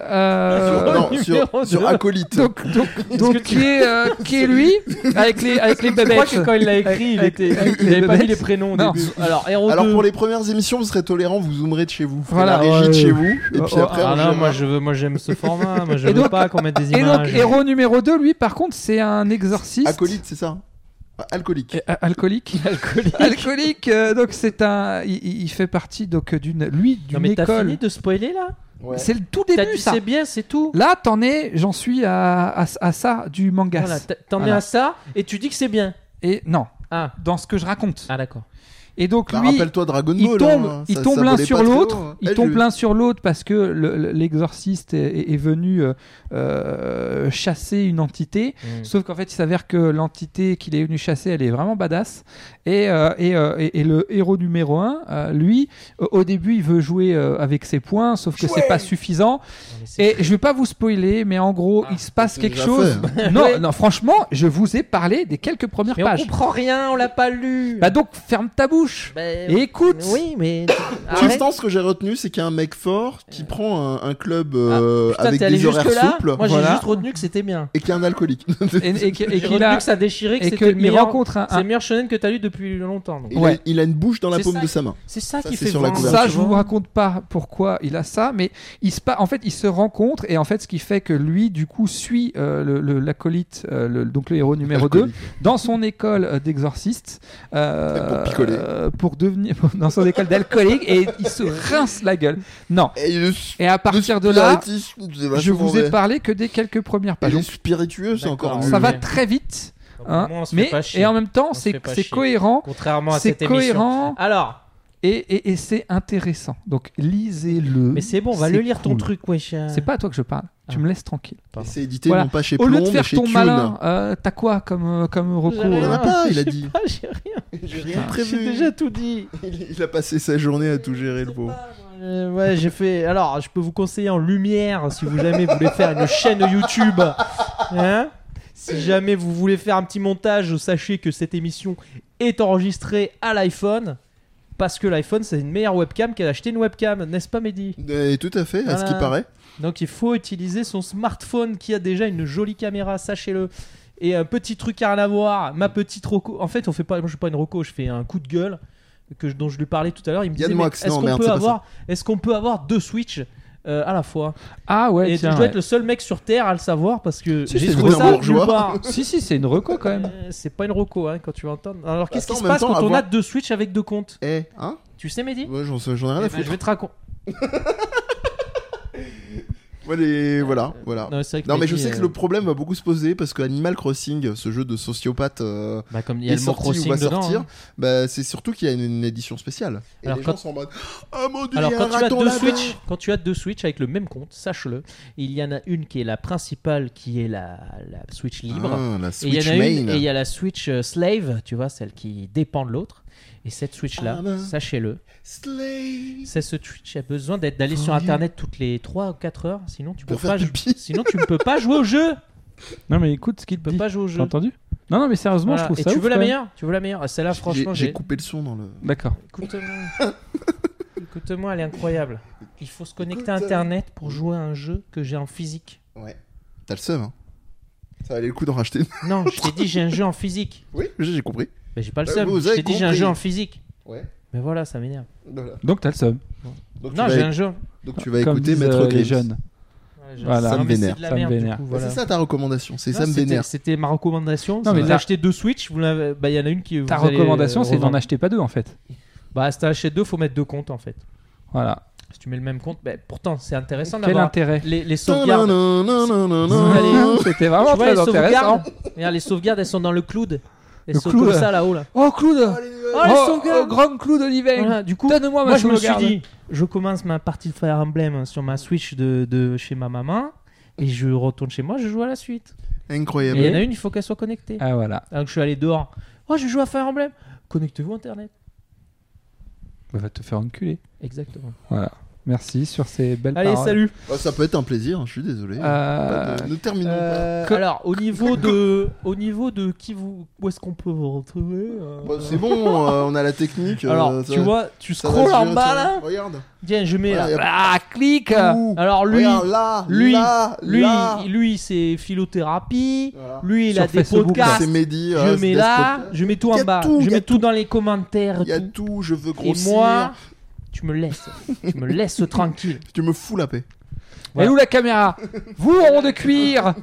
S3: euh,
S1: Sur- non,
S2: numéro
S1: sur, sur
S2: deux.
S1: acolyte.
S3: donc donc, donc
S2: que tu-
S3: qui est euh, qui est lui avec les avec les
S2: Je crois
S3: babettes
S2: que quand il l'a écrit, il
S3: Avec-
S2: était
S3: avec
S2: il
S3: les
S2: avait pas mis
S3: lunettes.
S2: les prénoms au
S3: Non.
S2: début. Alors Hero
S1: Alors
S2: 2.
S1: pour les premières émissions, vous serez tolérant, vous zoomerez de chez vous, vous ferez
S3: Voilà,
S1: la régie de
S3: ouais.
S1: chez vous, et
S3: Oh,
S1: puis
S3: oh,
S1: après.
S2: Ah non,
S1: on verra.
S2: moi je veux moi j'aime ce format, moi je
S3: Et
S2: veux
S3: donc-
S2: pas qu'on mette des
S3: et donc
S2: images.
S3: héros numéro 2 lui par contre c'est un exorciste
S1: Acolyte, c'est ça Ah, Alcoolique.
S3: Et- a- alcoolique
S2: Alcoolique.
S3: alcoolique euh, donc c'est un il- il, il fait partie donc d'une lui
S2: Non
S3: d'une
S2: mais t'as fini
S3: école
S2: de spoiler là
S1: Ouais.
S3: Euh, c'est le tout
S2: T'as
S3: début
S2: dit
S3: ça
S2: c'est bien, c'est tout.
S3: là t'en es j'en suis à, à, à ça du manga
S2: Voilà, t'as- t'en es
S3: Voilà.
S2: à ça et tu dis que c'est bien.
S3: et non
S2: Ah,
S3: dans ce que je raconte
S2: ah d'accord.
S3: et donc
S1: Bah,
S3: lui
S1: Rappelle-toi Dragon
S3: il
S1: Ball.
S3: tombe-
S1: hein,
S3: il
S1: ça-
S3: tombe
S1: ça
S3: l'un
S1: volait
S3: sur
S1: pas très
S3: l'autre,
S1: haut, hein.
S3: Ils
S1: Eh,
S3: tombent
S1: je-
S3: l'un sur l'autre parce que le- le- l'exorciste est, est- est venu euh, euh, chasser une entité.
S2: Hum, Mm.
S3: Sauf qu'en fait, il s'avère que l'entité qu'il est venu chasser, elle est vraiment badass. Et, euh, et, euh, et- et le héros numéro 1, lui, euh, au début, il veut jouer euh, avec ses points, sauf que c'est pas suffisant.
S2: Non, mais c'est-
S3: Et je vais pas vous spoiler, mais en gros,
S2: Ah,
S3: il se passe
S1: c'est
S3: quelque
S1: déjà hein.
S3: chose. Ah
S2: fait.
S3: non,
S2: Ouais.
S3: non, franchement, je vous ai parlé des quelques premières
S2: Mais on
S3: pages.
S2: comprend rien, on l'a pas lu.
S3: Bah donc, ferme ta bouche
S2: Ben,
S3: et écoute.
S2: Oui, mais
S1: Pour
S2: arrête.
S1: l'instant, ce que j'ai retenu, c'est qu'il y a un mec fort
S3: Euh.
S1: qui prend un, un
S3: Ah,
S1: club euh,
S2: Putain,
S1: avec
S2: t'es allé
S1: des horaires
S2: jusque-là
S1: souples
S2: Moi, j'ai
S3: Voilà.
S2: juste retenu que c'était bien.
S1: et qui est un alcoolique.
S3: Et, et, et- et
S2: J'ai
S3: qu'il
S2: retenu
S3: a-
S2: que ça déchirait, que
S3: et
S2: c'était le
S3: qu'il
S2: meilleur.
S3: rencontre un,
S2: C'est le meilleur shonen que t'as lu depuis longtemps. donc.
S1: Il,
S3: Ouais.
S1: a, il a une bouche dans la
S2: C'est
S1: paume
S2: ça
S1: de sa main.
S2: C'est ça,
S1: Ça,
S2: qui
S1: c'est
S2: fait
S1: sur la
S2: vendre.
S1: couverture.
S3: ça,
S2: tu
S3: je vous
S2: vois.
S3: raconte pas pourquoi il a ça, mais il se pa- en fait, il se rencontre et en fait, ce qui fait que lui, du coup, suit euh, le- le- l'acolyte, euh, le- donc le héros numéro 2,
S1: Alcoolique.
S3: dans son école euh, d'exorciste, euh,
S1: Pour picoler.
S3: euh, pour devenir dans son école d'alcoolique et il se rince la gueule. Non.
S1: Et le-
S3: Et à partir de là, je vous ai
S1: pas.
S3: parlé que des quelques premières pages.
S1: Les spiritueux, c'est
S2: D'accord.
S1: encore mieux.
S3: Ça va
S2: mais-
S3: très vite,
S2: Donc,
S3: hein,
S2: au moins, Ah, on se fait
S3: mais
S2: pas chier.
S3: et en même temps,
S2: On se
S3: c'est
S2: fait pas
S3: c'est
S2: chier.
S3: cohérent,
S2: Contrairement à
S3: c'est
S2: cette émission.
S3: cohérent
S2: Alors,
S3: et, et- et c'est intéressant. Donc lisez-le.
S2: mais c'est bon, va
S3: C'est
S2: le lire ton
S3: cool.
S2: truc, Ah. wesh. euh.
S3: C'est pas à toi que je parle. Tu me laisses tranquille.
S1: Et C'est édité
S3: Voilà.
S1: non pas chez
S3: Au lieu
S1: Plomb,
S3: de
S1: mais
S3: faire
S1: chez
S3: ton
S1: Tune.
S3: malin, euh, t'as quoi comme, euh, comme recours
S1: Il en
S3: euh,
S1: a pas, il a dit.
S2: Ah, j'ai rien.
S1: J'ai rien
S2: J'ai
S1: prévu.
S2: déjà tout dit.
S1: Il il a passé sa journée à tout gérer, le pauvre.
S2: Euh, ouais, j'ai fait. Alors, je peux vous conseiller en lumière si vous jamais voulez faire une chaîne YouTube. Hein si jamais vous voulez faire un petit montage, sachez que cette émission est enregistrée à l'iPhone. Parce que l'iPhone, c'est une meilleure webcam qu'à acheter une webcam, n'est-ce pas, Mehdi
S1: Euh, Et tout à fait, à ce qui
S2: Voilà.
S1: paraît.
S2: Donc, il faut utiliser son smartphone qui a déjà une jolie caméra, sachez-le. Et un petit truc à en avoir, ma petite roco. En fait, on fait pas, moi, je fais pas une roco, je fais un coup de gueule que je- dont je lui parlais tout à l'heure. Il me disait,
S1: Yann
S2: mais
S1: Moix,
S2: est-ce
S1: non,
S2: qu'on
S1: merde, c'est
S2: peut
S1: pas
S2: avoir, est-ce qu'on peut avoir deux Switch euh, à la fois
S3: Ah ouais,
S2: Et
S3: tiens,
S2: je dois
S3: ouais.
S2: être le seul mec sur Terre à le savoir parce que
S3: Si,
S2: j'ai
S3: c'est
S2: trouvé
S1: vous, un
S2: ça
S1: bourgeois.
S2: nulle part.
S3: Si, si, c'est une reco quand même.
S2: Euh, C'est pas une roco hein, quand tu vas entendre. Alors qu'est-ce
S1: Attends,
S2: qui
S1: en
S2: se
S1: même
S2: passe
S1: temps,
S2: quand on a
S1: avoir-
S2: deux Switch avec deux comptes
S1: Eh, hein
S2: Tu sais, Mehdi
S1: Ouais, j'en sais- j'en ai rien
S2: Eh
S1: à
S2: ben, Je
S1: foutre.
S2: vais te raconter.
S1: Ouais, les- Voilà, voilà.
S2: Non, c'est vrai que
S1: Non mais je
S2: Mehdi,
S1: sais que
S2: euh,
S1: le problème va beaucoup se poser parce que Animal Crossing, ce jeu de sociopathe euh,
S2: bah, comme il y a
S1: est
S2: le mot
S1: sorti ou
S2: crossing
S1: va
S2: dedans,
S1: sortir,
S2: hein.
S1: bah, c'est surtout qu'il y a une, une édition spéciale. Et
S2: Alors,
S1: les
S2: quand-
S1: gens sont en mode Oh mon dieu,
S2: Alors
S1: il y a
S2: quand
S1: un
S2: tu as
S1: raton
S2: deux
S1: là-bas
S2: Switch, quand tu as deux Switch avec le même compte, sache-le, il y en a une qui est la principale, qui est la, la Switch libre.
S1: Ah, la
S2: et il
S1: Switch
S2: y en a une,
S1: main.
S2: et il y a la Switch euh, slave, tu vois, celle qui dépend de l'autre. Et cette Switch-là,
S1: Ah ben.
S2: sachez-le,
S1: Slay.
S2: c'est ce Twitch a besoin d'être d'aller sur internet toutes les 3 ou 4 heures sinon tu peux
S1: Pour faire
S2: pas jou-
S1: pipi.
S2: sinon tu ne peux pas jouer au jeu
S3: Non mais écoute ce qu'il
S2: tu
S3: te
S2: peux
S3: dit.
S2: pas jouer au
S3: T'as
S2: jeu
S3: entendu Non, non, mais sérieusement,
S2: Voilà.
S3: je trouve
S2: et
S3: ça.
S2: tu
S3: ouf,
S2: veux la
S3: quand même.
S2: meilleure tu veux la meilleure Ah, celle-là
S1: J'ai-
S2: franchement
S1: j'ai
S2: j'ai-
S1: coupé le son dans le.
S3: D'accord.
S2: écoute-moi écoute-moi elle est incroyable il faut se connecter à
S1: Écoute, euh,
S2: internet pour jouer à un jeu que j'ai en physique
S1: Ouais. T'as le seum. Hein. Ça valait le coup d'en racheter. une.
S2: non je t'ai dit j'ai un jeu en physique
S1: oui, j'ai j'ai compris.
S2: mais j'ai pas le
S1: Euh,
S2: seum
S1: vous
S2: je
S1: avez
S2: t'ai dit j'ai un
S1: compris.
S2: jeu en physique
S1: Ouais.
S2: mais voilà ça m'énerve
S1: Voilà.
S3: Donc t'as le seum.
S1: Donc,
S2: non
S1: tu
S2: j'ai
S1: vas,
S2: un jeu
S1: donc tu vas
S3: Comme
S1: écouter
S3: disent,
S1: Maître
S3: euh, les
S1: Grims.
S3: jeunes.
S2: Ouais, j'ai-
S3: Voilà.
S1: Ça me
S2: Non, mais c'est
S1: vénère.
S2: de la
S3: Ça me
S2: merde, du
S3: vénère.
S2: coup,
S1: Bah,
S2: voilà.
S1: C'est ça ta recommandation, c'est
S2: Non,
S1: ça me
S2: c'était-
S1: vénère.
S2: C'était ma recommandation.
S3: Non,
S2: Non,
S3: mais
S2: mais
S3: ta-
S2: achetez deux Switch, vous l'avez- bah, il y en a une qui. vous
S3: Ta
S2: allez, euh,
S3: recommandation, c'est d'en
S2: revendre.
S3: acheter pas deux en fait.
S2: Bah, si t'en achètes deux, faut mettre deux comptes en fait.
S3: Voilà.
S2: Si tu mets le même compte, bah, pourtant c'est intéressant
S3: Quel
S2: d'avoir
S3: intérêt
S2: les, les
S1: Tan,
S2: sauvegardes.
S1: nan, nan, nan, nan, nan.
S2: Allez.
S3: C'était
S2: Tu
S3: vraiment
S2: vois, les
S3: très intéressant.
S2: sauvegardes. Regarde, les sauvegardes, elles sont dans le cloud. Elles
S3: Le
S2: sont
S3: cloud,
S2: comme
S3: là.
S2: ça là-haut là.
S3: Oh Claude
S1: Allez, euh,
S2: Oh, les
S3: Oh,
S2: sauvegardes.
S3: oh, grand Claude Oliveira
S2: Voilà, du coup,
S3: Donne-moi
S2: moi Oh,
S3: ma
S2: bah, je me suis
S3: sauvegarde.
S2: dit, je commence ma partie de Fire Emblem sur ma Switch de, de chez ma maman. Et je retourne chez moi, je joue à la suite. Et
S1: Incroyable.
S2: il y en a une, il faut qu'elle soit connectée.
S3: Ah voilà.
S2: Alors que je suis allé dehors. Oh, je joue à Fire Emblem. Connectez-vous Internet.
S3: On va te faire enculer.
S2: Exactement.
S3: Merci sur ces belles
S2: Allez,
S3: paroles.
S2: salut.
S1: Oh, ça peut être un plaisir, je suis désolé.
S3: Euh,
S1: Pas de- Ne terminons
S2: Euh,
S3: Que-
S2: Alors, au niveau de, au niveau de qui vous, où est-ce qu'on peut vous retrouver euh,
S1: pas. Bah, c'est bon, euh, on a la technique.
S2: Alors,
S1: euh, ça-
S2: tu vois, tu
S1: ça va se
S2: scrolls en
S1: gérer,
S2: bas
S1: tu
S2: là.
S1: vois. Regarde.
S2: Tiens, je mets
S1: Voilà, y
S2: là.
S1: a-
S3: Ah, clique
S1: Ouh.
S2: Alors lui,
S1: Regarde, là,
S2: lui,
S1: là,
S2: lui,
S1: là.
S2: lui, c'est philothérapie.
S1: Voilà.
S2: Lui, il a
S3: Sur
S2: des
S3: Facebook,
S1: C'est
S2: podcasts.
S1: Mehdi.
S2: Je
S1: euh,
S2: mets
S1: Death
S2: là,
S1: Podcast.
S2: je mets tout
S1: Y
S2: en
S1: a
S2: bas,
S1: tout,
S2: je
S1: y a
S2: mets tout dans les commentaires.
S1: Il y a
S2: tout.
S1: tout, je veux
S2: Et
S1: grossir.
S2: moi, tu me laisses, tu me laisses tranquille.
S1: Tu me fous la paix.
S3: Et où la caméra Vous, rond de cuir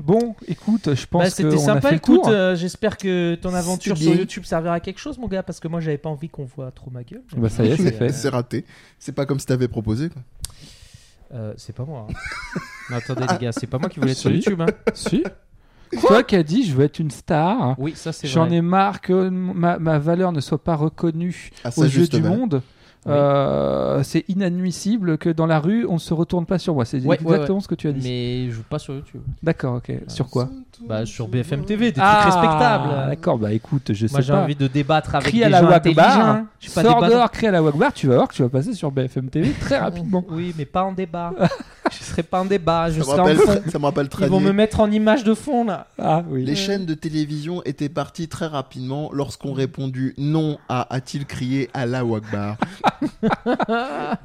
S3: Bon, écoute, je pense
S2: Bah,
S3: qu'on
S2: c'était
S3: a fait
S2: sympa.
S3: le tour. hein.
S2: Écoute, euh, j'espère que ton aventure
S1: C'était
S2: sur
S1: bien.
S2: YouTube servira à quelque chose, mon gars, parce que moi, j'avais pas envie qu'on voit trop ma gueule.
S3: Bah, ça y est, c'est
S2: Mais,
S3: fait.
S2: euh,
S1: C'est raté. C'est pas comme si t'avais proposé. quoi.
S2: Euh, c'est pas moi. hein. Non, attendez, les gars, c'est pas moi qui voulais être sur
S3: Si.
S2: YouTube. hein.
S3: Si. Toi qui as dit, je veux être une star.
S2: Oui, ça c'est
S3: J'en
S2: vrai.
S3: ai marre que ma, ma valeur ne soit pas reconnue
S1: À sa
S3: aux yeux
S1: juste
S3: du
S1: valeur.
S3: monde.
S2: Oui.
S3: Euh, c'est inadmissible que dans la rue on se retourne pas sur moi. C'est
S2: Ouais,
S3: exactement
S2: ouais, ouais.
S3: ce que tu as dit.
S2: Mais je joue pas sur YouTube.
S3: D'accord, ok. Sur quoi
S2: Bah, sur BFM TV, des
S3: Ah,
S2: trucs respectables.
S3: D'accord, bah écoute, je
S2: Moi,
S3: sais
S2: j'ai
S3: pas.
S2: envie de débattre avec
S3: Crie
S2: des
S3: à la
S2: gens intelligents.
S3: Wagbar.
S2: Je suis pas
S3: Sors
S2: débattant.
S3: dehors, crie à la Wagbar. Tu vas voir que tu vas passer sur BFM TV très rapidement.
S2: Oui, mais pas en débat. je serai pas en débat. Je
S1: Ça me
S2: serai en
S1: rappelle,
S2: fond.
S1: ça me rappelle très
S2: Ils vont
S1: bien.
S2: me mettre en image de fond là.
S3: Ah oui.
S1: Les chaînes de télévision étaient parties très rapidement lorsqu'on répondu non à a-t-il crié à la Wakbar.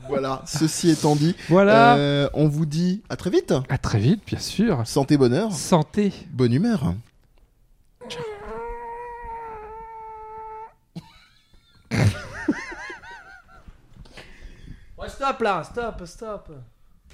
S1: voilà, ceci étant dit,
S3: Voilà.
S1: euh, on vous dit à très vite.
S3: À très vite, bien sûr.
S1: Santé, bonheur,
S3: Santé.
S1: bonne humeur.
S2: Ouais, stop là, stop, stop.